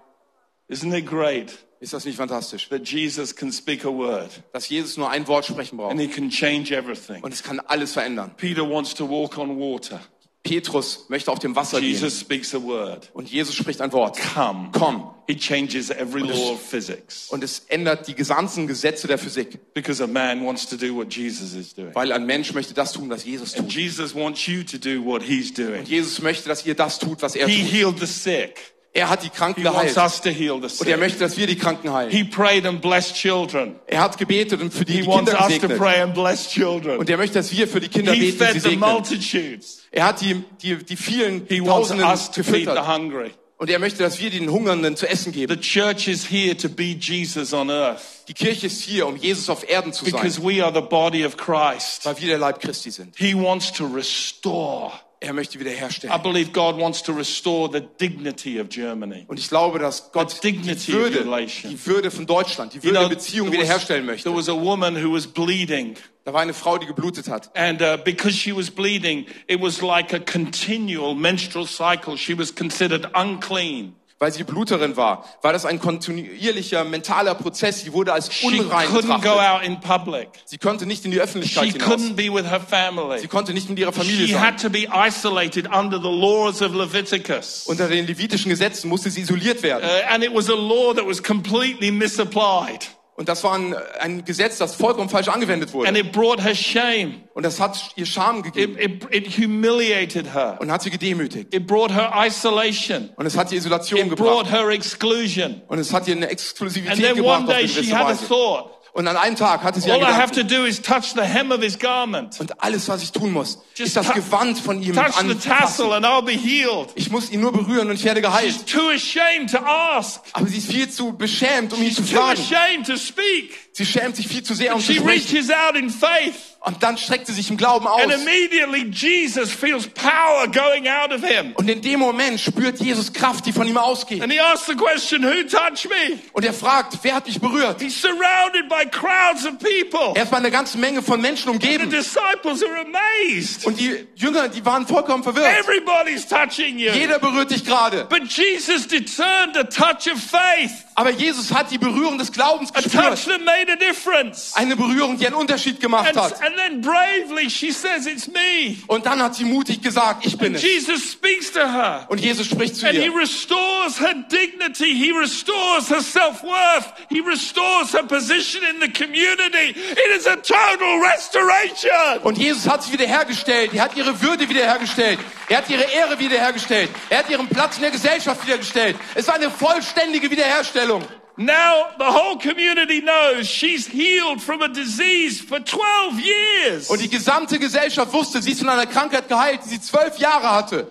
Speaker 2: Isn't it great
Speaker 3: Ist das nicht fantastisch?
Speaker 2: that Jesus can speak a word
Speaker 3: Dass Jesus nur ein Wort sprechen
Speaker 2: and
Speaker 3: braucht.
Speaker 2: he can change everything?
Speaker 3: Und es kann alles verändern.
Speaker 2: Peter wants to walk on water.
Speaker 3: Petrus möchte auf dem Wasser gehen.
Speaker 2: Jesus speaks a word.
Speaker 3: Und Jesus spricht ein Wort.
Speaker 2: Come.
Speaker 3: Komm.
Speaker 2: He changes every law of physics
Speaker 3: Und es ändert die gesamten Gesetze der Physik.
Speaker 2: because a man wants to do what Jesus is doing.
Speaker 3: Weil ein Mensch möchte das tun, was Jesus
Speaker 2: And
Speaker 3: tut.
Speaker 2: Jesus wants you to do what he's doing.
Speaker 3: Jesus möchte, dass ihr das tut, was er
Speaker 2: He
Speaker 3: tut.
Speaker 2: healed the sick.
Speaker 3: Er hat die Kranken
Speaker 2: He wants
Speaker 3: geheilt.
Speaker 2: us to heal the
Speaker 3: Und er
Speaker 2: sick.
Speaker 3: möchte, dass wir die Kranken heilen.
Speaker 2: He prayed and blessed children.
Speaker 3: Er hat gebetet und für die,
Speaker 2: He
Speaker 3: die
Speaker 2: wants
Speaker 3: Kinder
Speaker 2: us to
Speaker 3: gesegnet.
Speaker 2: pray and bless children.
Speaker 3: Und er möchte, dass wir für die Kinder
Speaker 2: He
Speaker 3: beten, sie
Speaker 2: fed the
Speaker 3: segnen.
Speaker 2: multitudes.
Speaker 3: Er hat die, die, die vielen
Speaker 2: He wants
Speaker 3: Tausenden
Speaker 2: us to feed the
Speaker 3: gefüttert.
Speaker 2: hungry.
Speaker 3: Und er möchte, dass wir den Hungernden zu essen
Speaker 2: The
Speaker 3: geben.
Speaker 2: church is here to be Jesus on earth
Speaker 3: Die Kirche ist hier, um Jesus auf Erden zu sein,
Speaker 2: because we are the body of Christ.
Speaker 3: weil wir der Leib Christi sind.
Speaker 2: He wants to restore.
Speaker 3: Er möchte
Speaker 2: I
Speaker 3: wiederherstellen.
Speaker 2: believe God wants to restore the dignity of Germany.
Speaker 3: Und ich glaube, dass Gott
Speaker 2: The dignity
Speaker 3: die
Speaker 2: of
Speaker 3: Würde,
Speaker 2: relation.
Speaker 3: die Würde von Deutschland, die
Speaker 2: You
Speaker 3: Würde
Speaker 2: know,
Speaker 3: der Beziehung
Speaker 2: there was-
Speaker 3: wiederherstellen möchte.
Speaker 2: there was a woman who was bleeding.
Speaker 3: Da war eine Frau, die geblutet hat.
Speaker 2: And uh, because she was bleeding, it was like a continual menstrual cycle. She was considered unclean.
Speaker 3: Weil sie Bluterin war, war das ein kontinuierlicher mentaler Prozess. Sie wurde als
Speaker 2: She
Speaker 3: unrein
Speaker 2: couldn't go
Speaker 3: betrachtet.
Speaker 2: out in public.
Speaker 3: Sie konnte nicht in die Öffentlichkeit
Speaker 2: She
Speaker 3: hinaus.
Speaker 2: couldn't be with her family.
Speaker 3: Sie konnte nicht mit ihrer Familie
Speaker 2: She
Speaker 3: sein.
Speaker 2: had to be isolated under the laws of Leviticus.
Speaker 3: Unter den levitischen Gesetzen musste sie isoliert
Speaker 2: Uh,
Speaker 3: werden.
Speaker 2: and it was a law that was completely misapplied.
Speaker 3: Und das war ein, ein Gesetz, das vollkommen falsch angewendet
Speaker 2: And
Speaker 3: wurde.
Speaker 2: it brought her shame.
Speaker 3: Und das hat ihr Scham
Speaker 2: It,
Speaker 3: gegeben
Speaker 2: it, it humiliated her.
Speaker 3: und hat sie gedemütigt.
Speaker 2: It brought her isolation.
Speaker 3: Und es hat ihr Isolation
Speaker 2: It brought
Speaker 3: gebracht.
Speaker 2: her exclusion.
Speaker 3: Und es hat ihr eine
Speaker 2: And
Speaker 3: Exklusivität
Speaker 2: then one
Speaker 3: gebracht auf
Speaker 2: day
Speaker 3: eine
Speaker 2: she
Speaker 3: gewisse
Speaker 2: had a
Speaker 3: Weise.
Speaker 2: thought.
Speaker 3: Und an einem Tag hatte sie einen
Speaker 2: All I have
Speaker 3: Gedanken.
Speaker 2: to do is touch the hem of his garment,
Speaker 3: Und alles, was ich tun muss,
Speaker 2: Just
Speaker 3: ist das
Speaker 2: tou-
Speaker 3: Gewand von ihm
Speaker 2: touch the tassel,
Speaker 3: anfassen.
Speaker 2: and I'll be healed.
Speaker 3: Ich muss ihn nur berühren und ich werde
Speaker 2: She's
Speaker 3: geheilt.
Speaker 2: too ashamed to ask.
Speaker 3: Aber sie ist viel zu beschämt, um ihn zu
Speaker 2: She's too
Speaker 3: fragen.
Speaker 2: ashamed to speak.
Speaker 3: Sie schämt sich viel zu sehr, um zu
Speaker 2: She
Speaker 3: sprechen.
Speaker 2: reaches out in faith,
Speaker 3: Und dann streckt sie sich im Glauben aus.
Speaker 2: and immediately Jesus feels power going out of him.
Speaker 3: Und in dem Moment spürt Jesus Kraft, die von ihm ausgeht.
Speaker 2: And he asks the question, Who touched me?
Speaker 3: Und er fragt, wer hat mich berührt?
Speaker 2: He's surrounded by crowds of people.
Speaker 3: Er ist von einer ganzen Menge von Menschen
Speaker 2: The
Speaker 3: umgeben.
Speaker 2: disciples are amazed.
Speaker 3: Und die Jünger, die waren vollkommen verwirrt.
Speaker 2: Everybody's touching you.
Speaker 3: Jeder berührt dich gerade.
Speaker 2: But Jesus discerned a touch of faith,
Speaker 3: Aber Jesus hat die Berührung des Glaubens
Speaker 2: a touch
Speaker 3: gespürt.
Speaker 2: that made a difference.
Speaker 3: Eine Berührung, die einen Unterschied gemacht
Speaker 2: And,
Speaker 3: hat.
Speaker 2: and then bravely she says, It's me.
Speaker 3: Und dann hat sie mutig gesagt, ich bin es.
Speaker 2: Jesus speaks to her.
Speaker 3: Und Jesus spricht zu
Speaker 2: And he
Speaker 3: ihr.
Speaker 2: restores her dignity. He restores her self worth. He restores her position in the community. It is a total restoration.
Speaker 3: Und Jesus hat sie wiederhergestellt. Er hat ihre Würde wiederhergestellt. Er hat ihre Ehre wiederhergestellt. Er hat ihren Platz in der Gesellschaft wiedergestellt. Es war eine vollständige Wiederherstellung.
Speaker 2: Now the whole community knows she's healed from a disease for 12 years.
Speaker 3: Und die gesamte Gesellschaft wusste, sie ist von einer Krankheit geheilt, die sie zwölf Jahre hatte.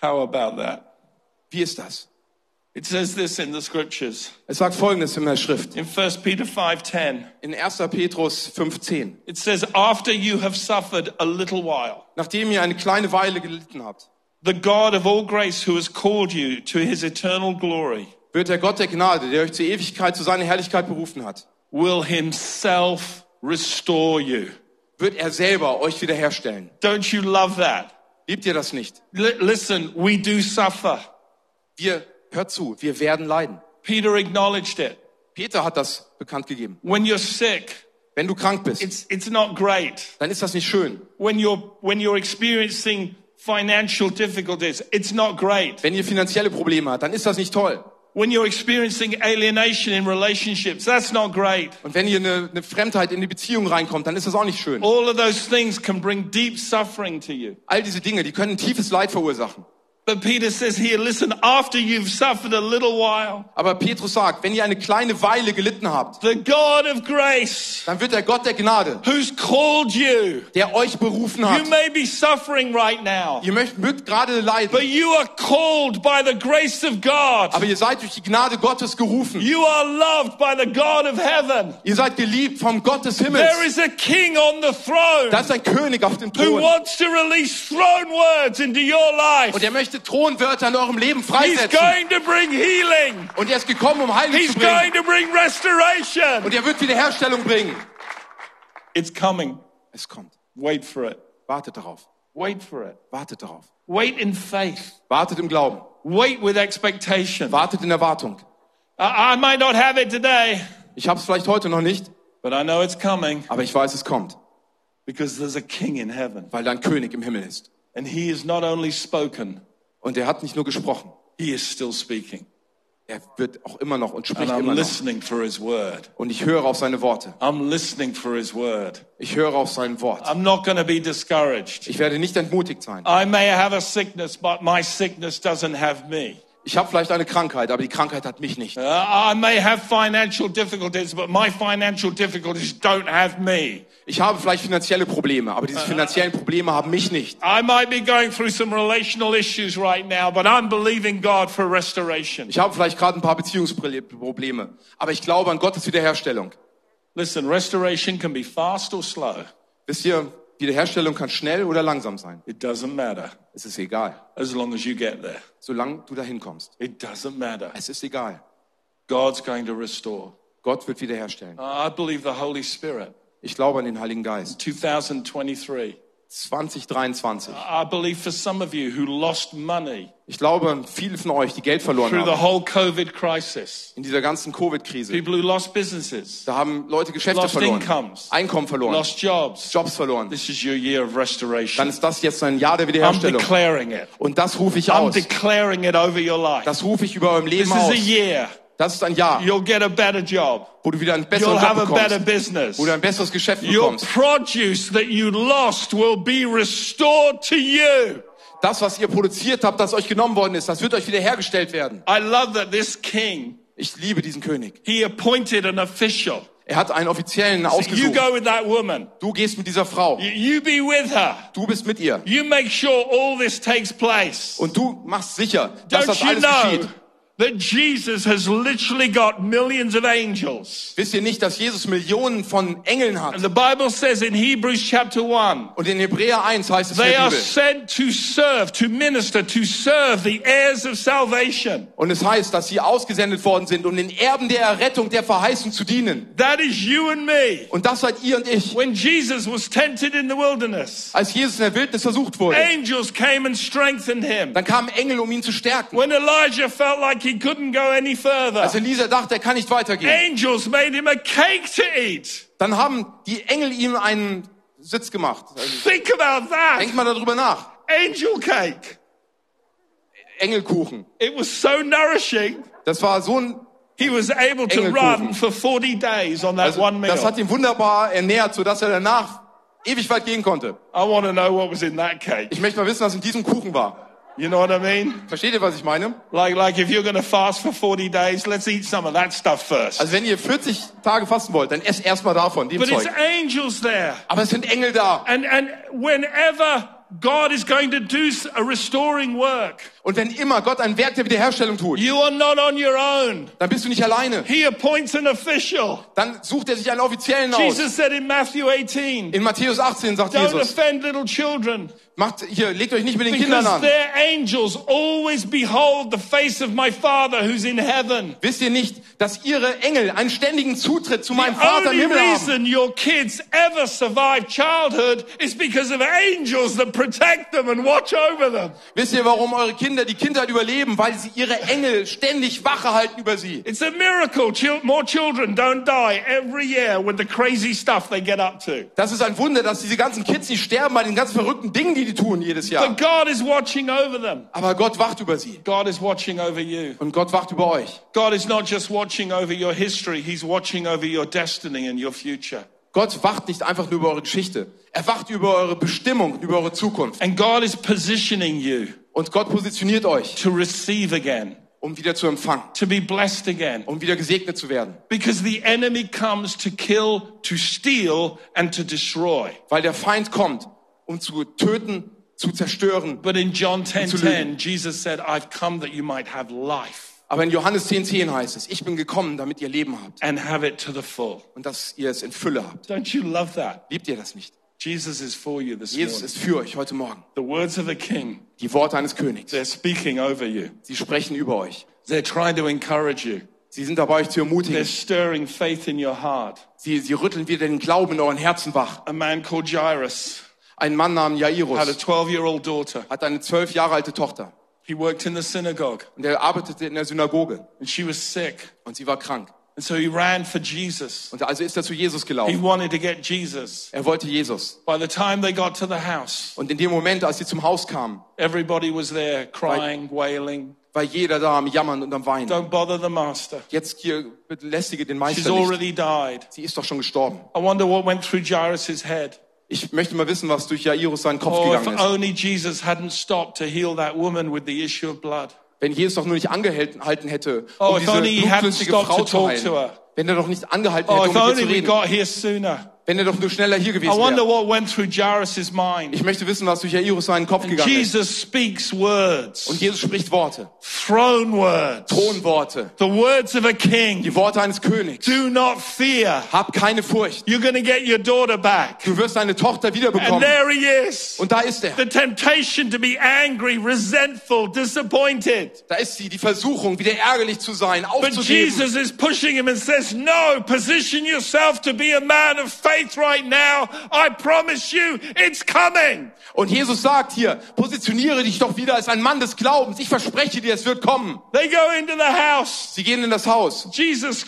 Speaker 2: How about that?
Speaker 3: Wie ist das?
Speaker 2: It says this in the scriptures.
Speaker 3: Es sagt Folgendes in der Schrift.
Speaker 2: In 1 Peter 5:10,
Speaker 3: In 1. Petrus 5,10.
Speaker 2: it says, "After you have suffered a little while,
Speaker 3: Nachdem ihr eine kleine Weile gelitten habt,
Speaker 2: The God of all grace who has called you to his eternal glory
Speaker 3: wird der Gott der Gnade, der euch zur Ewigkeit, zu seiner Herrlichkeit berufen hat,
Speaker 2: will himself restore you.
Speaker 3: wird er selber euch wiederherstellen.
Speaker 2: Don't you love that?
Speaker 3: Liebt ihr das nicht?
Speaker 2: Li- listen, we do suffer.
Speaker 3: Wir, hört zu, wir werden leiden.
Speaker 2: Peter acknowledged it.
Speaker 3: Peter hat das bekannt gegeben.
Speaker 2: When you're sick,
Speaker 3: Wenn du krank bist,
Speaker 2: it's, it's not great.
Speaker 3: dann ist das nicht schön.
Speaker 2: When you're, when you're experiencing financial difficulties, it's not great.
Speaker 3: Wenn ihr finanzielle Probleme habt, dann ist das nicht toll.
Speaker 2: When you're experiencing alienation in relationships, that's not great.
Speaker 3: Und wenn ihr eine, eine Fremdheit in die Beziehung reinkommt, dann ist das auch nicht schön.
Speaker 2: All of those things can bring deep suffering to you.
Speaker 3: All diese Dinge, die können tiefes Leid verursachen.
Speaker 2: But Peter says here, listen, after you've suffered a little while,
Speaker 3: Aber Petrus sagt, wenn ihr eine kleine Weile gelitten habt,
Speaker 2: the God of grace,
Speaker 3: dann wird der Gott der Gnade,
Speaker 2: who's called you,
Speaker 3: der euch berufen
Speaker 2: you
Speaker 3: hat.
Speaker 2: may be suffering right now,
Speaker 3: Ihr möcht, mögt gerade
Speaker 2: but
Speaker 3: leiden,
Speaker 2: you are called by the grace of God.
Speaker 3: aber ihr seid durch die Gnade Gottes gerufen.
Speaker 2: You are loved by the God of heaven.
Speaker 3: Ihr seid geliebt vom Gott des
Speaker 2: There
Speaker 3: Himmels.
Speaker 2: is a king on the throne
Speaker 3: Da ist ein König auf dem
Speaker 2: who
Speaker 3: Thron.
Speaker 2: wants to release throne words into your life.
Speaker 3: Und er möchte Thronwörter in eurem Leben
Speaker 2: He's
Speaker 3: freisetzen.
Speaker 2: going to bring healing.
Speaker 3: Und er ist gekommen, um Heilung
Speaker 2: He's
Speaker 3: zu bringen.
Speaker 2: going to bring restoration.
Speaker 3: Und er wird Wiederherstellung bringen.
Speaker 2: It's coming.
Speaker 3: Es kommt.
Speaker 2: Wait for it.
Speaker 3: Wartet darauf.
Speaker 2: Wait for it.
Speaker 3: Wartet darauf.
Speaker 2: Wait in faith.
Speaker 3: Wartet im Glauben.
Speaker 2: Wait with expectation. I,
Speaker 3: Wartet in Erwartung.
Speaker 2: I might not have it today,
Speaker 3: Ich habe es vielleicht heute noch nicht,
Speaker 2: but I know it's coming
Speaker 3: aber ich weiß, es kommt,
Speaker 2: because there's a king in heaven.
Speaker 3: weil da ein König im Himmel ist.
Speaker 2: And he is not only spoken,
Speaker 3: Und er hat nicht nur gesprochen,
Speaker 2: he is still speaking.
Speaker 3: er wird auch immer noch und
Speaker 2: And
Speaker 3: spricht
Speaker 2: I'm
Speaker 3: immer noch.
Speaker 2: listening for his word.
Speaker 3: Und ich höre auf seine Worte.
Speaker 2: I'm listening for his word.
Speaker 3: Ich höre auf sein Wort.
Speaker 2: I'm not going to be discouraged.
Speaker 3: Ich werde nicht entmutigt sein.
Speaker 2: I may have a sickness, but my sickness doesn't have me.
Speaker 3: Ich habe vielleicht eine Krankheit, aber die Krankheit hat mich nicht.
Speaker 2: Uh, I may have financial difficulties, but my financial difficulties don't have me.
Speaker 3: Ich habe vielleicht finanzielle Probleme, aber diese finanziellen Probleme haben mich nicht.
Speaker 2: I might be going through some relational issues right now, but I'm believing God for restoration.
Speaker 3: Ich habe vielleicht gerade ein paar Beziehungsprobleme, aber ich glaube an Gottes Wiederherstellung.
Speaker 2: Listen, restoration can be fast or slow.
Speaker 3: Wisst ihr, Wiederherstellung kann schnell oder langsam sein.
Speaker 2: It doesn't matter
Speaker 3: Es ist egal,
Speaker 2: as long as you get there.
Speaker 3: solange du dahin kommst.
Speaker 2: It doesn't matter.
Speaker 3: Es ist egal.
Speaker 2: God's going to restore.
Speaker 3: Gott wird wiederherstellen.
Speaker 2: I believe the Holy Spirit.
Speaker 3: Ich glaube an den Heiligen Geist.
Speaker 2: 2023.
Speaker 3: 2023.
Speaker 2: I believe for some of you who lost money
Speaker 3: Ich glaube an viele von euch, die Geld verloren
Speaker 2: through the
Speaker 3: haben
Speaker 2: whole COVID crisis,
Speaker 3: in dieser ganzen Covid-Krise.
Speaker 2: people who lost businesses,
Speaker 3: Da haben Leute Geschäfte
Speaker 2: Lost
Speaker 3: verloren,
Speaker 2: incomes.
Speaker 3: Einkommen verloren,
Speaker 2: lost jobs.
Speaker 3: Jobs verloren.
Speaker 2: This is your year of
Speaker 3: Dann
Speaker 2: restoration.
Speaker 3: ist das jetzt ein Jahr der
Speaker 2: I'm
Speaker 3: Wiederherstellung.
Speaker 2: declaring it.
Speaker 3: Und das rufe ich
Speaker 2: I'm
Speaker 3: aus.
Speaker 2: declaring it over your life.
Speaker 3: Das rufe ich über eurem
Speaker 2: This
Speaker 3: Leben
Speaker 2: is
Speaker 3: aus.
Speaker 2: a year.
Speaker 3: Das ist ein Jahr,
Speaker 2: You'll get a better job.
Speaker 3: wo du wieder einen
Speaker 2: You'll
Speaker 3: besseren Job
Speaker 2: have a better
Speaker 3: bekommst,
Speaker 2: business.
Speaker 3: wo du ein besseres Geschäft
Speaker 2: Your
Speaker 3: bekommst.
Speaker 2: produce that you lost will be restored to you.
Speaker 3: Das, was ihr produziert habt, das euch genommen worden ist, das wird euch wiederhergestellt werden.
Speaker 2: I love that this king,
Speaker 3: Ich liebe diesen König.
Speaker 2: he appointed an official.
Speaker 3: Er hat einen Offiziellen
Speaker 2: You
Speaker 3: ausgesucht.
Speaker 2: go with that woman.
Speaker 3: Du gehst mit dieser Frau.
Speaker 2: You- You be with her.
Speaker 3: Du bist mit ihr.
Speaker 2: You make sure all this takes place.
Speaker 3: Und du machst sicher, dass
Speaker 2: Don't
Speaker 3: das
Speaker 2: you
Speaker 3: alles
Speaker 2: know
Speaker 3: geschieht.
Speaker 2: that Jesus has literally got millions of angels?
Speaker 3: Wisst ihr nicht, dass Jesus Millionen von Engeln
Speaker 2: And
Speaker 3: hat?
Speaker 2: the Bible says in Hebrews chapter 1,
Speaker 3: Und in Hebräer 1 heißt es in
Speaker 2: they
Speaker 3: der
Speaker 2: are
Speaker 3: Bibel.
Speaker 2: sent to serve, to minister, to serve the heirs of salvation.
Speaker 3: Und es heißt, dass sie ausgesendet worden sind, um den Erben der Errettung, der Verheißung zu dienen.
Speaker 2: That is you and me.
Speaker 3: Und das seid ihr und ich.
Speaker 2: When Jesus was tempted in the wilderness,
Speaker 3: Als Jesus in der Wildnis versucht wurde,
Speaker 2: angels came and strengthened him.
Speaker 3: dann kamen Engel, um ihn zu stärken.
Speaker 2: When Elijah felt like he couldn't go any further,
Speaker 3: Als Elisa dachte, er kann nicht weitergehen,
Speaker 2: angels made him a cake to eat.
Speaker 3: dann haben die Engel ihm einen Sitz gemacht.
Speaker 2: Think about that.
Speaker 3: Denkt mal darüber nach.
Speaker 2: Angel cake.
Speaker 3: Engelkuchen.
Speaker 2: It was so nourishing.
Speaker 3: Das war so ein,
Speaker 2: He was able to
Speaker 3: Engelkuchen.
Speaker 2: run for 40 days on that
Speaker 3: also,
Speaker 2: one
Speaker 3: das
Speaker 2: meal.
Speaker 3: hat ihn wunderbar ernährt, sodass er danach ewig weit gehen konnte.
Speaker 2: I want to know what was in that cake.
Speaker 3: Ich möchte mal wissen, was in diesem Kuchen war.
Speaker 2: You know what I mean?
Speaker 3: Versteht ihr, was ich meine?
Speaker 2: Like, like if you're going to fast for 40 days, let's eat some of that stuff first.
Speaker 3: Also wenn ihr 40 Tage fasten wollt, dann esst erstmal davon, dem
Speaker 2: But it's
Speaker 3: Zeug.
Speaker 2: angels there.
Speaker 3: Aber es sind Engel da.
Speaker 2: And, and whenever God is going to do a restoring work,
Speaker 3: Und wenn immer Gott ein Werk der Wiederherstellung tut,
Speaker 2: you are not on your own.
Speaker 3: dann bist du nicht alleine.
Speaker 2: He appoints an official.
Speaker 3: Dann sucht er sich einen Offiziellen aus.
Speaker 2: Jesus said in Matthew 18,
Speaker 3: In Matthäus 18 sagt
Speaker 2: don't
Speaker 3: Jesus,
Speaker 2: offend little children
Speaker 3: macht, hier, legt euch nicht mit den Kindern
Speaker 2: because
Speaker 3: an.
Speaker 2: their angels always behold the face of my Father who's in heaven.
Speaker 3: Wisst ihr nicht, dass ihre Engel einen ständigen Zutritt zu meinem
Speaker 2: The
Speaker 3: Vater im
Speaker 2: only
Speaker 3: Himmel haben?
Speaker 2: reason your kids ever survive childhood is because of angels that protect them and watch over them.
Speaker 3: Wisst ihr, warum eure Kinder die Kindheit überleben? Weil sie ihre Engel ständig wache halten über sie.
Speaker 2: It's a miracle. Chil- More children don't die every year with the crazy stuff they get up to.
Speaker 3: Das ist ein Wunder, dass diese ganzen Kids nicht sterben bei den ganzen verrückten Dingen, die die tun jedes Jahr.
Speaker 2: But God is watching over them.
Speaker 3: Aber Gott wacht über sie.
Speaker 2: God is watching over you.
Speaker 3: Und Gott wacht über euch.
Speaker 2: God is not just watching over your history, He's watching over your destiny and your future.
Speaker 3: Gott wacht nicht einfach nur über eure Geschichte. Er wacht über eure Bestimmung, über eure Zukunft.
Speaker 2: And God is positioning you
Speaker 3: Und Gott positioniert euch,
Speaker 2: to receive again,
Speaker 3: um wieder zu empfangen,
Speaker 2: to be blessed again.
Speaker 3: um wieder gesegnet zu werden.
Speaker 2: Because the enemy comes to kill, to steal, and to destroy.
Speaker 3: Weil der Feind kommt, um zu töten, zu zerstören.
Speaker 2: But in John 10
Speaker 3: Zu
Speaker 2: 10,
Speaker 3: lügen.
Speaker 2: Jesus said, I've come that you might have life
Speaker 3: Aber in Johannes 10,10 heißt es, ich bin gekommen, damit ihr Leben habt
Speaker 2: and have it to the full.
Speaker 3: und dass ihr es in Fülle habt.
Speaker 2: Don't you love that?
Speaker 3: Liebt ihr das nicht?
Speaker 2: Jesus is for you this
Speaker 3: Jesus
Speaker 2: morning.
Speaker 3: ist für euch heute Morgen.
Speaker 2: The words of the king,
Speaker 3: Die Worte eines Königs.
Speaker 2: they're speaking over you.
Speaker 3: Sie sprechen über euch.
Speaker 2: They're trying to encourage you.
Speaker 3: Sie sind dabei, euch zu
Speaker 2: They're
Speaker 3: ermutigen.
Speaker 2: stirring faith in your heart.
Speaker 3: Sie, sie rütteln wieder den Glauben in euren Herzen wach.
Speaker 2: A man called Jairus
Speaker 3: Ein Mann namens
Speaker 2: had a
Speaker 3: Jairus
Speaker 2: 12 year old daughter.
Speaker 3: hat eine zwölf Jahre alte Tochter
Speaker 2: He worked in the synagogue
Speaker 3: und er arbeitete in der Synagoge
Speaker 2: and she was sick.
Speaker 3: und sie war krank.
Speaker 2: And so he ran for Jesus.
Speaker 3: Und also ist er zu Jesus
Speaker 2: He
Speaker 3: gelaufen.
Speaker 2: wanted to get Jesus.
Speaker 3: Er wollte Jesus.
Speaker 2: By the time they got to the house,
Speaker 3: Und in dem Moment, als sie zum Haus kamen,
Speaker 2: everybody was there crying, wailing.
Speaker 3: war jeder da am Jammern und am Weinen.
Speaker 2: Don't bother the master.
Speaker 3: Jetzt hier bitte lästige den
Speaker 2: She's
Speaker 3: Meister nicht.
Speaker 2: already died.
Speaker 3: Sie ist doch schon gestorben.
Speaker 2: I wonder what went through Jairus' head.
Speaker 3: Ich möchte mal wissen, was durch Jairus seinen Kopf
Speaker 2: Oh, if
Speaker 3: gegangen ist.
Speaker 2: only Jesus hadn't stopped to heal that woman with the issue of blood.
Speaker 3: Wenn Jesus doch nur nicht angehalten hätte,
Speaker 2: Oh,
Speaker 3: um
Speaker 2: if
Speaker 3: diese
Speaker 2: only he hadn't
Speaker 3: blutdürstige
Speaker 2: stopped
Speaker 3: Frau
Speaker 2: to
Speaker 3: zu
Speaker 2: talk to
Speaker 3: heilen.
Speaker 2: her.
Speaker 3: Wenn er doch nicht angehalten
Speaker 2: Oh,
Speaker 3: hätte,
Speaker 2: if
Speaker 3: um mit ihr
Speaker 2: only
Speaker 3: zu
Speaker 2: we
Speaker 3: reden.
Speaker 2: got here sooner.
Speaker 3: Wenn er doch nur schneller hier
Speaker 2: I
Speaker 3: gewesen
Speaker 2: wonder
Speaker 3: wäre.
Speaker 2: what went through Jairus' mind.
Speaker 3: Ich möchte wissen, was durch Jairus seinen Kopf gegangen ist.
Speaker 2: Jesus speaks words,
Speaker 3: Und Jesus spricht Worte,
Speaker 2: throne words,
Speaker 3: Thronworte,
Speaker 2: the words of a king.
Speaker 3: die Worte eines Königs.
Speaker 2: Do not fear.
Speaker 3: Hab keine Furcht.
Speaker 2: You're going to get your daughter back.
Speaker 3: Du wirst deine Tochter
Speaker 2: And
Speaker 3: wiederbekommen.
Speaker 2: there he is.
Speaker 3: Und da ist er.
Speaker 2: The temptation to be angry, resentful, disappointed.
Speaker 3: Da ist sie, die Versuchung, wieder ärgerlich zu sein,
Speaker 2: But
Speaker 3: aufzugeben.
Speaker 2: Jesus is pushing him and says, No, position yourself to be a man of faith right now. I promise you, it's coming.
Speaker 3: Und Jesus sagt hier, positioniere dich doch wieder als ein Mann des Glaubens. Ich verspreche dir, es wird kommen.
Speaker 2: They go into the house.
Speaker 3: Sie gehen in das Haus
Speaker 2: Jesus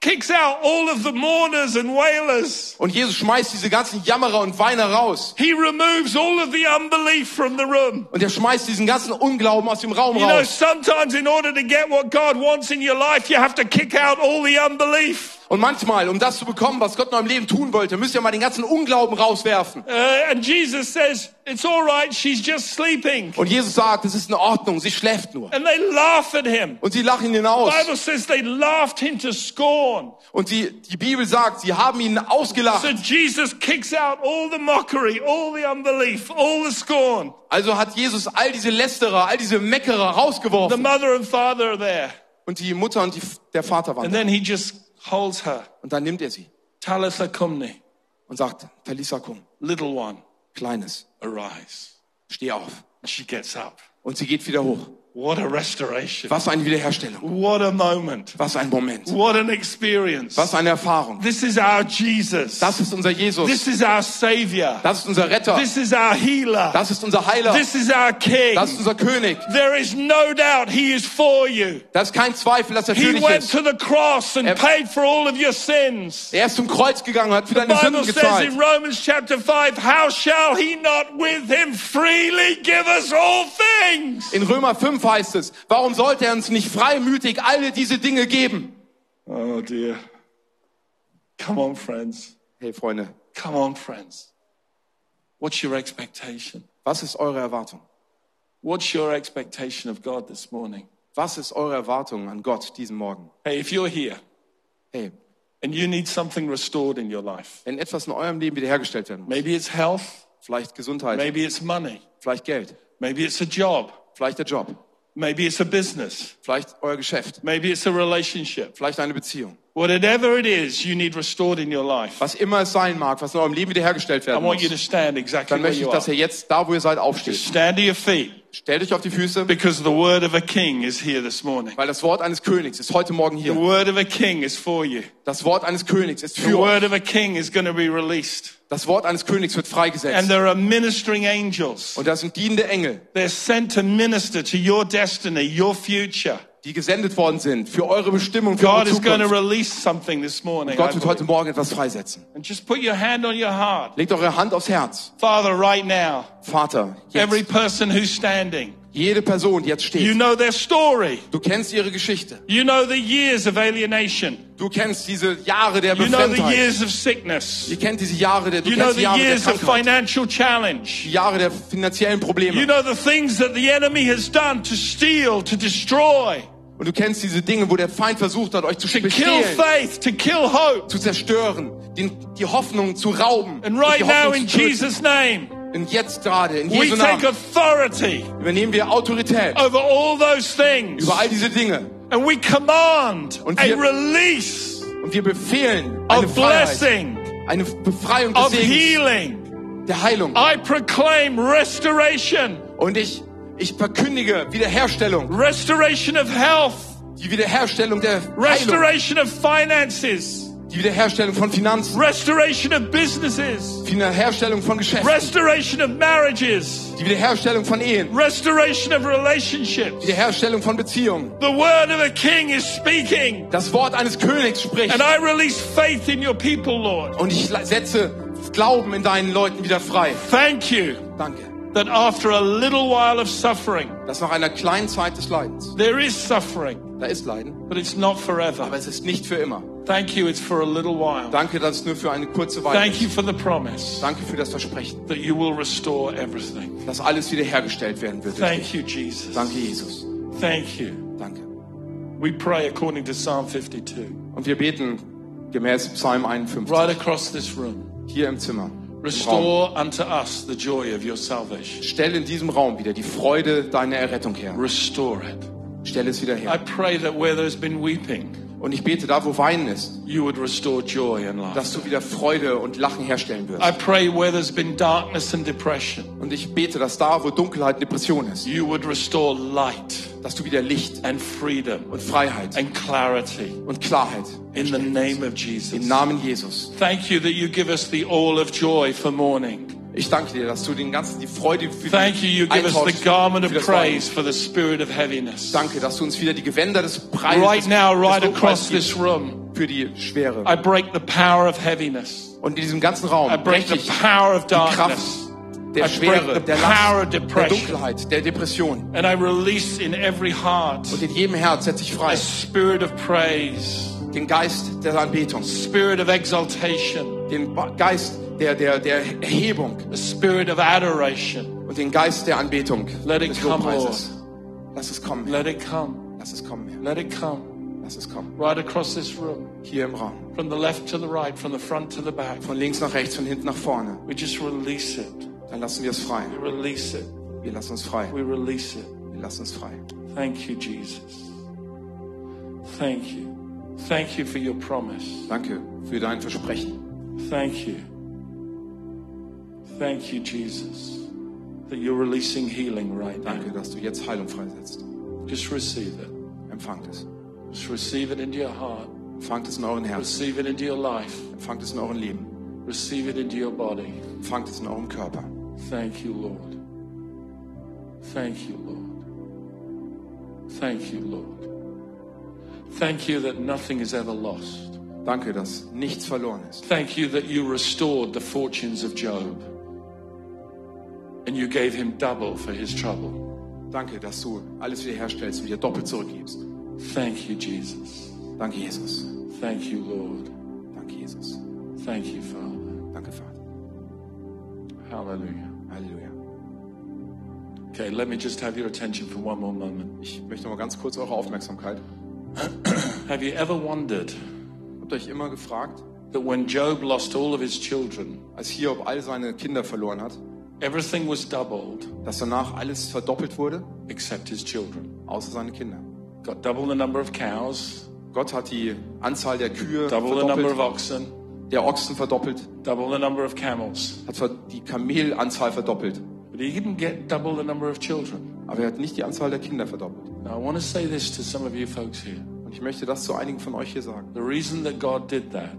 Speaker 2: kicks out all of the mourners and wailers.
Speaker 3: und Jesus schmeißt diese ganzen Jammerer und Weiner raus.
Speaker 2: He removes all of the unbelief from the room.
Speaker 3: Und er schmeißt diesen ganzen Unglauben aus dem Raum
Speaker 2: You know,
Speaker 3: raus.
Speaker 2: sometimes in order to get what God wants in your life, you have to kick out all the unbelief.
Speaker 3: Und manchmal, um das zu bekommen, was Gott in eurem Leben tun wollte, müsst ihr mal den ganzen Unglauben rauswerfen.
Speaker 2: Uh, and Jesus says, It's all right, she's just sleeping.
Speaker 3: Und Jesus sagt, es ist in Ordnung, sie schläft nur.
Speaker 2: And they laugh at him.
Speaker 3: Und sie lachen ihn aus.
Speaker 2: Bible says they laughed him to scorn.
Speaker 3: Und sie, die Bibel sagt, sie haben ihn ausgelacht.
Speaker 2: So Jesus kicks out all the mockery, all the unbelief, all the scorn.
Speaker 3: Also hat Jesus all diese Lästerer, all diese Meckerer
Speaker 2: The
Speaker 3: rausgeworfen.
Speaker 2: mother and father are there.
Speaker 3: Und die Mutter und die, der Vater waren
Speaker 2: And
Speaker 3: da.
Speaker 2: then he just holds her.
Speaker 3: Und dann nimmt er sie
Speaker 2: Talitha cumni,
Speaker 3: und sagt, Talisa, komm,
Speaker 2: little one,
Speaker 3: Kleines,
Speaker 2: arise.
Speaker 3: steh auf.
Speaker 2: And she gets up.
Speaker 3: Und sie geht wieder hoch.
Speaker 2: What a restoration.
Speaker 3: Was eine Wiederherstellung.
Speaker 2: What a moment.
Speaker 3: Was ein Moment.
Speaker 2: What an experience.
Speaker 3: Was eine Erfahrung.
Speaker 2: This is our Jesus.
Speaker 3: Das ist unser
Speaker 2: This
Speaker 3: Jesus.
Speaker 2: is our Savior.
Speaker 3: Das ist unser Retter.
Speaker 2: This is our healer.
Speaker 3: Das ist unser Heiler.
Speaker 2: This is our King.
Speaker 3: Das ist unser König.
Speaker 2: There is no doubt he is for you.
Speaker 3: Da ist kein Zweifel, dass er für
Speaker 2: He
Speaker 3: dich
Speaker 2: went
Speaker 3: ist.
Speaker 2: to the cross and
Speaker 3: Er-
Speaker 2: paid for all of your sins.
Speaker 3: Er ist zum Kreuz gegangen und hat für deine
Speaker 2: Bible
Speaker 3: Sünden
Speaker 2: says in
Speaker 3: gezahlt.
Speaker 2: Romans chapter 5, how shall he not with him freely give us all things?
Speaker 3: In Römer 5 heißt es, warum sollte er uns nicht freimütig alle diese Dinge geben?
Speaker 2: Oh dear. Come on, friends.
Speaker 3: Hey Freunde,
Speaker 2: Come on, friends. What's your expectation?
Speaker 3: was ist eure Erwartung?
Speaker 2: What's your expectation of God this morning?
Speaker 3: Was ist eure Erwartung an Gott diesen Morgen?
Speaker 2: Hey, if you're here
Speaker 3: Hey,
Speaker 2: and you need something restored in your life,
Speaker 3: wenn etwas in eurem Leben wiederhergestellt werden muss,
Speaker 2: maybe it's health,
Speaker 3: vielleicht Gesundheit,
Speaker 2: maybe it's money,
Speaker 3: vielleicht Geld,
Speaker 2: maybe it's a job,
Speaker 3: vielleicht der Job,
Speaker 2: maybe it's a business,
Speaker 3: vielleicht euer Geschäft,
Speaker 2: maybe it's a relationship.
Speaker 3: vielleicht eine Beziehung.
Speaker 2: Whatever it is you need restored in your life,
Speaker 3: Was immer es sein mag, was in eurem Leben wiederhergestellt
Speaker 2: I
Speaker 3: werden
Speaker 2: want you to
Speaker 3: muss,
Speaker 2: stand exactly
Speaker 3: dann
Speaker 2: where
Speaker 3: möchte ich,
Speaker 2: you
Speaker 3: dass
Speaker 2: are.
Speaker 3: ihr jetzt da, wo ihr seid, aufsteht.
Speaker 2: Stand to your feet
Speaker 3: Stellt euch auf die Füße,
Speaker 2: because the word of a king is here this morning.
Speaker 3: weil das Wort eines Königs ist heute Morgen
Speaker 2: The
Speaker 3: hier.
Speaker 2: word of a king is for you.
Speaker 3: Das Wort eines Königs ist
Speaker 2: The
Speaker 3: für euch.
Speaker 2: word of a king is going to be released.
Speaker 3: Das Wort eines Königs wird
Speaker 2: And
Speaker 3: freigesetzt.
Speaker 2: there are ministering angels.
Speaker 3: Und das sind dienende Engel,
Speaker 2: They're sent to minister to your destiny, your future.
Speaker 3: die gesendet worden sind für eure Bestimmung, für
Speaker 2: God
Speaker 3: eure
Speaker 2: is going to
Speaker 3: Zukunft.
Speaker 2: release something this morning. I
Speaker 3: Gott wird heute
Speaker 2: believe.
Speaker 3: Morgen etwas freisetzen.
Speaker 2: And just put your hand on your heart.
Speaker 3: Legt eure Hand aufs Herz.
Speaker 2: Father, right now,
Speaker 3: Vater,
Speaker 2: every
Speaker 3: jetzt.
Speaker 2: person who's standing,
Speaker 3: Jede Person, die jetzt
Speaker 2: you
Speaker 3: steht,
Speaker 2: know their story.
Speaker 3: du kennst ihre Geschichte.
Speaker 2: You know the years of alienation.
Speaker 3: Du kennst diese Jahre der
Speaker 2: You know the
Speaker 3: Befremdheit.
Speaker 2: years of sickness.
Speaker 3: Ihr kennt diese Jahre der, du
Speaker 2: You know
Speaker 3: kennst die
Speaker 2: the
Speaker 3: Jahre der
Speaker 2: years of
Speaker 3: Krankheit.
Speaker 2: financial
Speaker 3: Die
Speaker 2: challenge.
Speaker 3: Jahre der finanziellen
Speaker 2: You
Speaker 3: Probleme.
Speaker 2: know the things that the enemy has done to steal, to destroy,
Speaker 3: Und du kennst diese Dinge, wo der Feind versucht hat, euch zu
Speaker 2: to kill
Speaker 3: bestehlen,
Speaker 2: faith, to kill hope.
Speaker 3: zu zerstören, den, die Hoffnung zu rauben.
Speaker 2: And right
Speaker 3: die
Speaker 2: now,
Speaker 3: Hoffnung
Speaker 2: in
Speaker 3: zu töten.
Speaker 2: Jesus' name,
Speaker 3: Und jetzt gerade, in
Speaker 2: we
Speaker 3: Jesu
Speaker 2: take
Speaker 3: Namen,
Speaker 2: authority
Speaker 3: übernehmen wir Autorität
Speaker 2: over all those things.
Speaker 3: über all diese Dinge.
Speaker 2: And we command
Speaker 3: Und
Speaker 2: a
Speaker 3: wir-
Speaker 2: release
Speaker 3: Und wir befehlen eine
Speaker 2: of
Speaker 3: Freiheit,
Speaker 2: blessing,
Speaker 3: eine Befreiung des
Speaker 2: of
Speaker 3: Segens,
Speaker 2: healing.
Speaker 3: der Heilung.
Speaker 2: I proclaim restoration,
Speaker 3: Und ich, ich verkündige Wiederherstellung,
Speaker 2: restoration of health,
Speaker 3: die Wiederherstellung der Heilung,
Speaker 2: restoration of finances.
Speaker 3: die Wiederherstellung von Finanzen,
Speaker 2: restoration of businesses,
Speaker 3: die Wiederherstellung von Geschäften,
Speaker 2: restoration of marriages,
Speaker 3: die Wiederherstellung von Ehen,
Speaker 2: restoration of
Speaker 3: die
Speaker 2: relationships.
Speaker 3: Wiederherstellung von Beziehungen.
Speaker 2: The word of a king is speaking,
Speaker 3: Das Wort eines Königs spricht.
Speaker 2: and I release faith in your people, Lord.
Speaker 3: Und ich la- setze Glauben in deinen Leuten wieder frei.
Speaker 2: Thank you
Speaker 3: Danke.
Speaker 2: that after a little while of suffering,
Speaker 3: Dass nach einer kleinen Zeit des Leidens,
Speaker 2: there is suffering,
Speaker 3: da ist Leiden,
Speaker 2: but it's not
Speaker 3: aber
Speaker 2: forever.
Speaker 3: es ist nicht für immer.
Speaker 2: Thank you, it's for a little while.
Speaker 3: Danke, dass es nur für eine kurze Weile
Speaker 2: Thank
Speaker 3: ist.
Speaker 2: you for the promise
Speaker 3: Danke für das Versprechen,
Speaker 2: that you will restore everything.
Speaker 3: dass alles wiederhergestellt werden wird. durch
Speaker 2: Thank
Speaker 3: dich.
Speaker 2: you, Jesus.
Speaker 3: Danke, Jesus.
Speaker 2: Thank you.
Speaker 3: Danke.
Speaker 2: We pray according to Psalm 52.
Speaker 3: Und wir beten gemäß Psalm 51,
Speaker 2: right across this room.
Speaker 3: hier im Zimmer. im Raum.
Speaker 2: Restore unto us the joy of your salvation.
Speaker 3: Stell in diesem Raum wieder die Freude deiner Errettung her.
Speaker 2: Restore it.
Speaker 3: Stell es wieder
Speaker 2: I
Speaker 3: her.
Speaker 2: pray that where there's been weeping,
Speaker 3: Und ich bete da, wo Weinen ist,
Speaker 2: you would restore joy and life.
Speaker 3: dass du wieder Freude und Lachen herstellen
Speaker 2: I
Speaker 3: wirst.
Speaker 2: pray where there's been darkness and depression,
Speaker 3: Und ich bete, dass da, wo Dunkelheit und Depression ist,
Speaker 2: you would restore light
Speaker 3: dass du wieder Licht
Speaker 2: and freedom
Speaker 3: und Freiheit
Speaker 2: and clarity
Speaker 3: und Klarheit
Speaker 2: in the name of Jesus.
Speaker 3: im Namen Jesus.
Speaker 2: Thank you that you give us the all of joy for mourning.
Speaker 3: Ich danke dir, dass du den ganzen die Freude für die
Speaker 2: Thank you, you give us the
Speaker 3: eintauschst
Speaker 2: garment
Speaker 3: für
Speaker 2: of
Speaker 3: das Weinen.
Speaker 2: praise for the spirit of heaviness.
Speaker 3: Danke, dass du uns wieder die Gewänder des Preises
Speaker 2: Right now,
Speaker 3: des
Speaker 2: right
Speaker 3: Lobpreises
Speaker 2: across
Speaker 3: gibst
Speaker 2: this room,
Speaker 3: für die Schwere.
Speaker 2: I break the power of heaviness.
Speaker 3: Und in diesem ganzen Raum
Speaker 2: I break the
Speaker 3: breche ich
Speaker 2: power of
Speaker 3: die
Speaker 2: darkness.
Speaker 3: Kraft der
Speaker 2: I break
Speaker 3: Schwere,
Speaker 2: the
Speaker 3: der
Speaker 2: power of
Speaker 3: Last, der
Speaker 2: depression.
Speaker 3: Dunkelheit, der Depression.
Speaker 2: And I release in every heart
Speaker 3: Und in jedem Herz setze ich
Speaker 2: a
Speaker 3: frei
Speaker 2: spirit of praise,
Speaker 3: den Geist der Anbetung,
Speaker 2: spirit of exaltation,
Speaker 3: den Ba- Geist der, der, der Erhebung
Speaker 2: a spirit of adoration.
Speaker 3: und den Geist der Anbetung
Speaker 2: Let it
Speaker 3: des
Speaker 2: come,
Speaker 3: Lobpreises. Lass es kommen, Herr.
Speaker 2: Let it come.
Speaker 3: lass es kommen, Herr.
Speaker 2: Let it come.
Speaker 3: lass es kommen.
Speaker 2: Right across this room,
Speaker 3: Hier im Raum,
Speaker 2: from the left to the right, from the front to the back.
Speaker 3: von links nach rechts, von hinten nach vorne.
Speaker 2: We just release it.
Speaker 3: Dann lassen wir es frei.
Speaker 2: We release it.
Speaker 3: Wir lassen uns frei.
Speaker 2: We release it.
Speaker 3: Wir lassen uns frei.
Speaker 2: Thank you, Jesus. Thank you. Thank you for your promise.
Speaker 3: Danke für dein Versprechen.
Speaker 2: Thank you. Thank you, Jesus, that you're releasing healing right now.
Speaker 3: Danke, dass du jetzt Heilung freisetzt.
Speaker 2: Just receive it.
Speaker 3: Empfangt es.
Speaker 2: Just receive it into your heart.
Speaker 3: Empfangt es in euren Herzen.
Speaker 2: Receive it into your life.
Speaker 3: Empfangt es in euren Leben.
Speaker 2: Receive it into your body.
Speaker 3: Empfangt es in eurem Körper.
Speaker 2: Thank you, Lord. Thank you, Lord. Thank you, Lord. Thank you that nothing is ever lost.
Speaker 3: Danke, dass nichts verloren ist.
Speaker 2: Thank you that you restored the fortunes of Job and you gave him double for his trouble.
Speaker 3: Danke, dass du alles wiederherstellst und wieder doppelt zurückgibst.
Speaker 2: Thank you, Jesus.
Speaker 3: Danke, Jesus.
Speaker 2: Thank you, Lord.
Speaker 3: Danke, Jesus.
Speaker 2: Thank you, Father.
Speaker 3: Danke, Vater.
Speaker 2: Hallelujah.
Speaker 3: Halleluja.
Speaker 2: Okay, let me just have your attention for one more moment.
Speaker 3: Ich möchte noch mal ganz kurz eure Aufmerksamkeit.
Speaker 2: Have you ever wondered
Speaker 3: Habt ihr euch immer gefragt,
Speaker 2: that when Job lost all of his children,
Speaker 3: als Hiob all seine Kinder verloren hat,
Speaker 2: everything was doubled
Speaker 3: dass danach alles verdoppelt wurde,
Speaker 2: except his children?
Speaker 3: außer seine Kinder?
Speaker 2: Got double the number of cows,
Speaker 3: Gott hat die Anzahl der Kühe
Speaker 2: double the number of
Speaker 3: verdoppelt,
Speaker 2: oxen,
Speaker 3: der Ochsen verdoppelt,
Speaker 2: double the number of camels.
Speaker 3: hat ver- die Kamelanzahl verdoppelt,
Speaker 2: But he didn't get double the number of children.
Speaker 3: aber er hat nicht die Anzahl der Kinder verdoppelt.
Speaker 2: Now, I want to say this to some of you folks here.
Speaker 3: Und ich möchte das zu einigen von euch hier sagen,
Speaker 2: The reason that God did that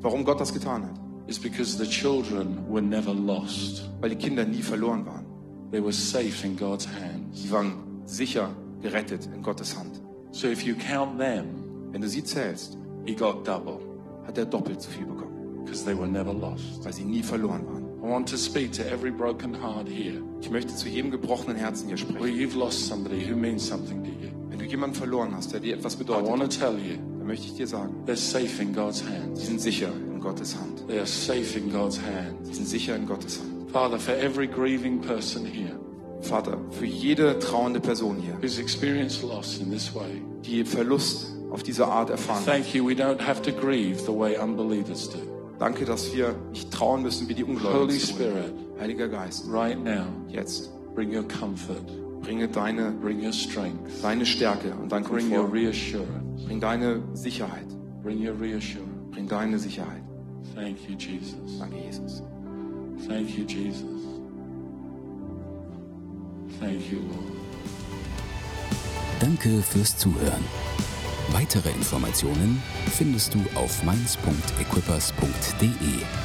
Speaker 3: warum Gott das getan hat.
Speaker 2: is because the children were never lost,
Speaker 3: Weil die Kinder nie verloren waren.
Speaker 2: they were safe in God's hands.
Speaker 3: Die waren sicher gerettet in Gottes Hand.
Speaker 2: So if you count them,
Speaker 3: Wenn du sie zählst,
Speaker 2: he got double.
Speaker 3: hat er doppelt so viel bekommen,
Speaker 2: because they were never lost.
Speaker 3: weil sie nie verloren waren.
Speaker 2: I want to speak to every broken heart here
Speaker 3: Ich möchte zu jedem gebrochenen Herzen hier
Speaker 2: where
Speaker 3: sprechen.
Speaker 2: you've lost somebody who means something to you.
Speaker 3: Wenn du jemanden verloren hast, der dir etwas
Speaker 2: I
Speaker 3: bedeutet,
Speaker 2: want to tell you,
Speaker 3: dann möchte ich dir sagen,
Speaker 2: they're safe in God's
Speaker 3: sie
Speaker 2: hands.
Speaker 3: sind sicher in Gottes Hand.
Speaker 2: They are safe in God's hands.
Speaker 3: Sie sind sicher in Gottes Hand.
Speaker 2: Father, for every grieving person here
Speaker 3: Vater, für jede trauernde Person hier,
Speaker 2: who's experienced loss in this way,
Speaker 3: die Verlust auf diese Art erfahren,
Speaker 2: thank you, we don't have to grieve the way unbelievers do.
Speaker 3: Danke, dass wir nicht trauen müssen wie die
Speaker 2: Holy
Speaker 3: Ungläubigen. tun.
Speaker 2: Spirit,
Speaker 3: Heiliger Geist,
Speaker 2: right now,
Speaker 3: jetzt
Speaker 2: bring your comfort,
Speaker 3: bringe deine,
Speaker 2: bring your strength,
Speaker 3: deine Stärke und dein
Speaker 2: bring your
Speaker 3: Komfort.
Speaker 2: reassurance,
Speaker 3: Bring deine Sicherheit.
Speaker 2: bring your reassurance.
Speaker 3: Bring deine Sicherheit.
Speaker 2: Thank you, Jesus.
Speaker 3: Danke, Jesus.
Speaker 2: Thank you, Jesus. Thank you, Lord.
Speaker 1: Danke fürs Zuhören. Weitere Informationen findest du auf mainz.equippers.de.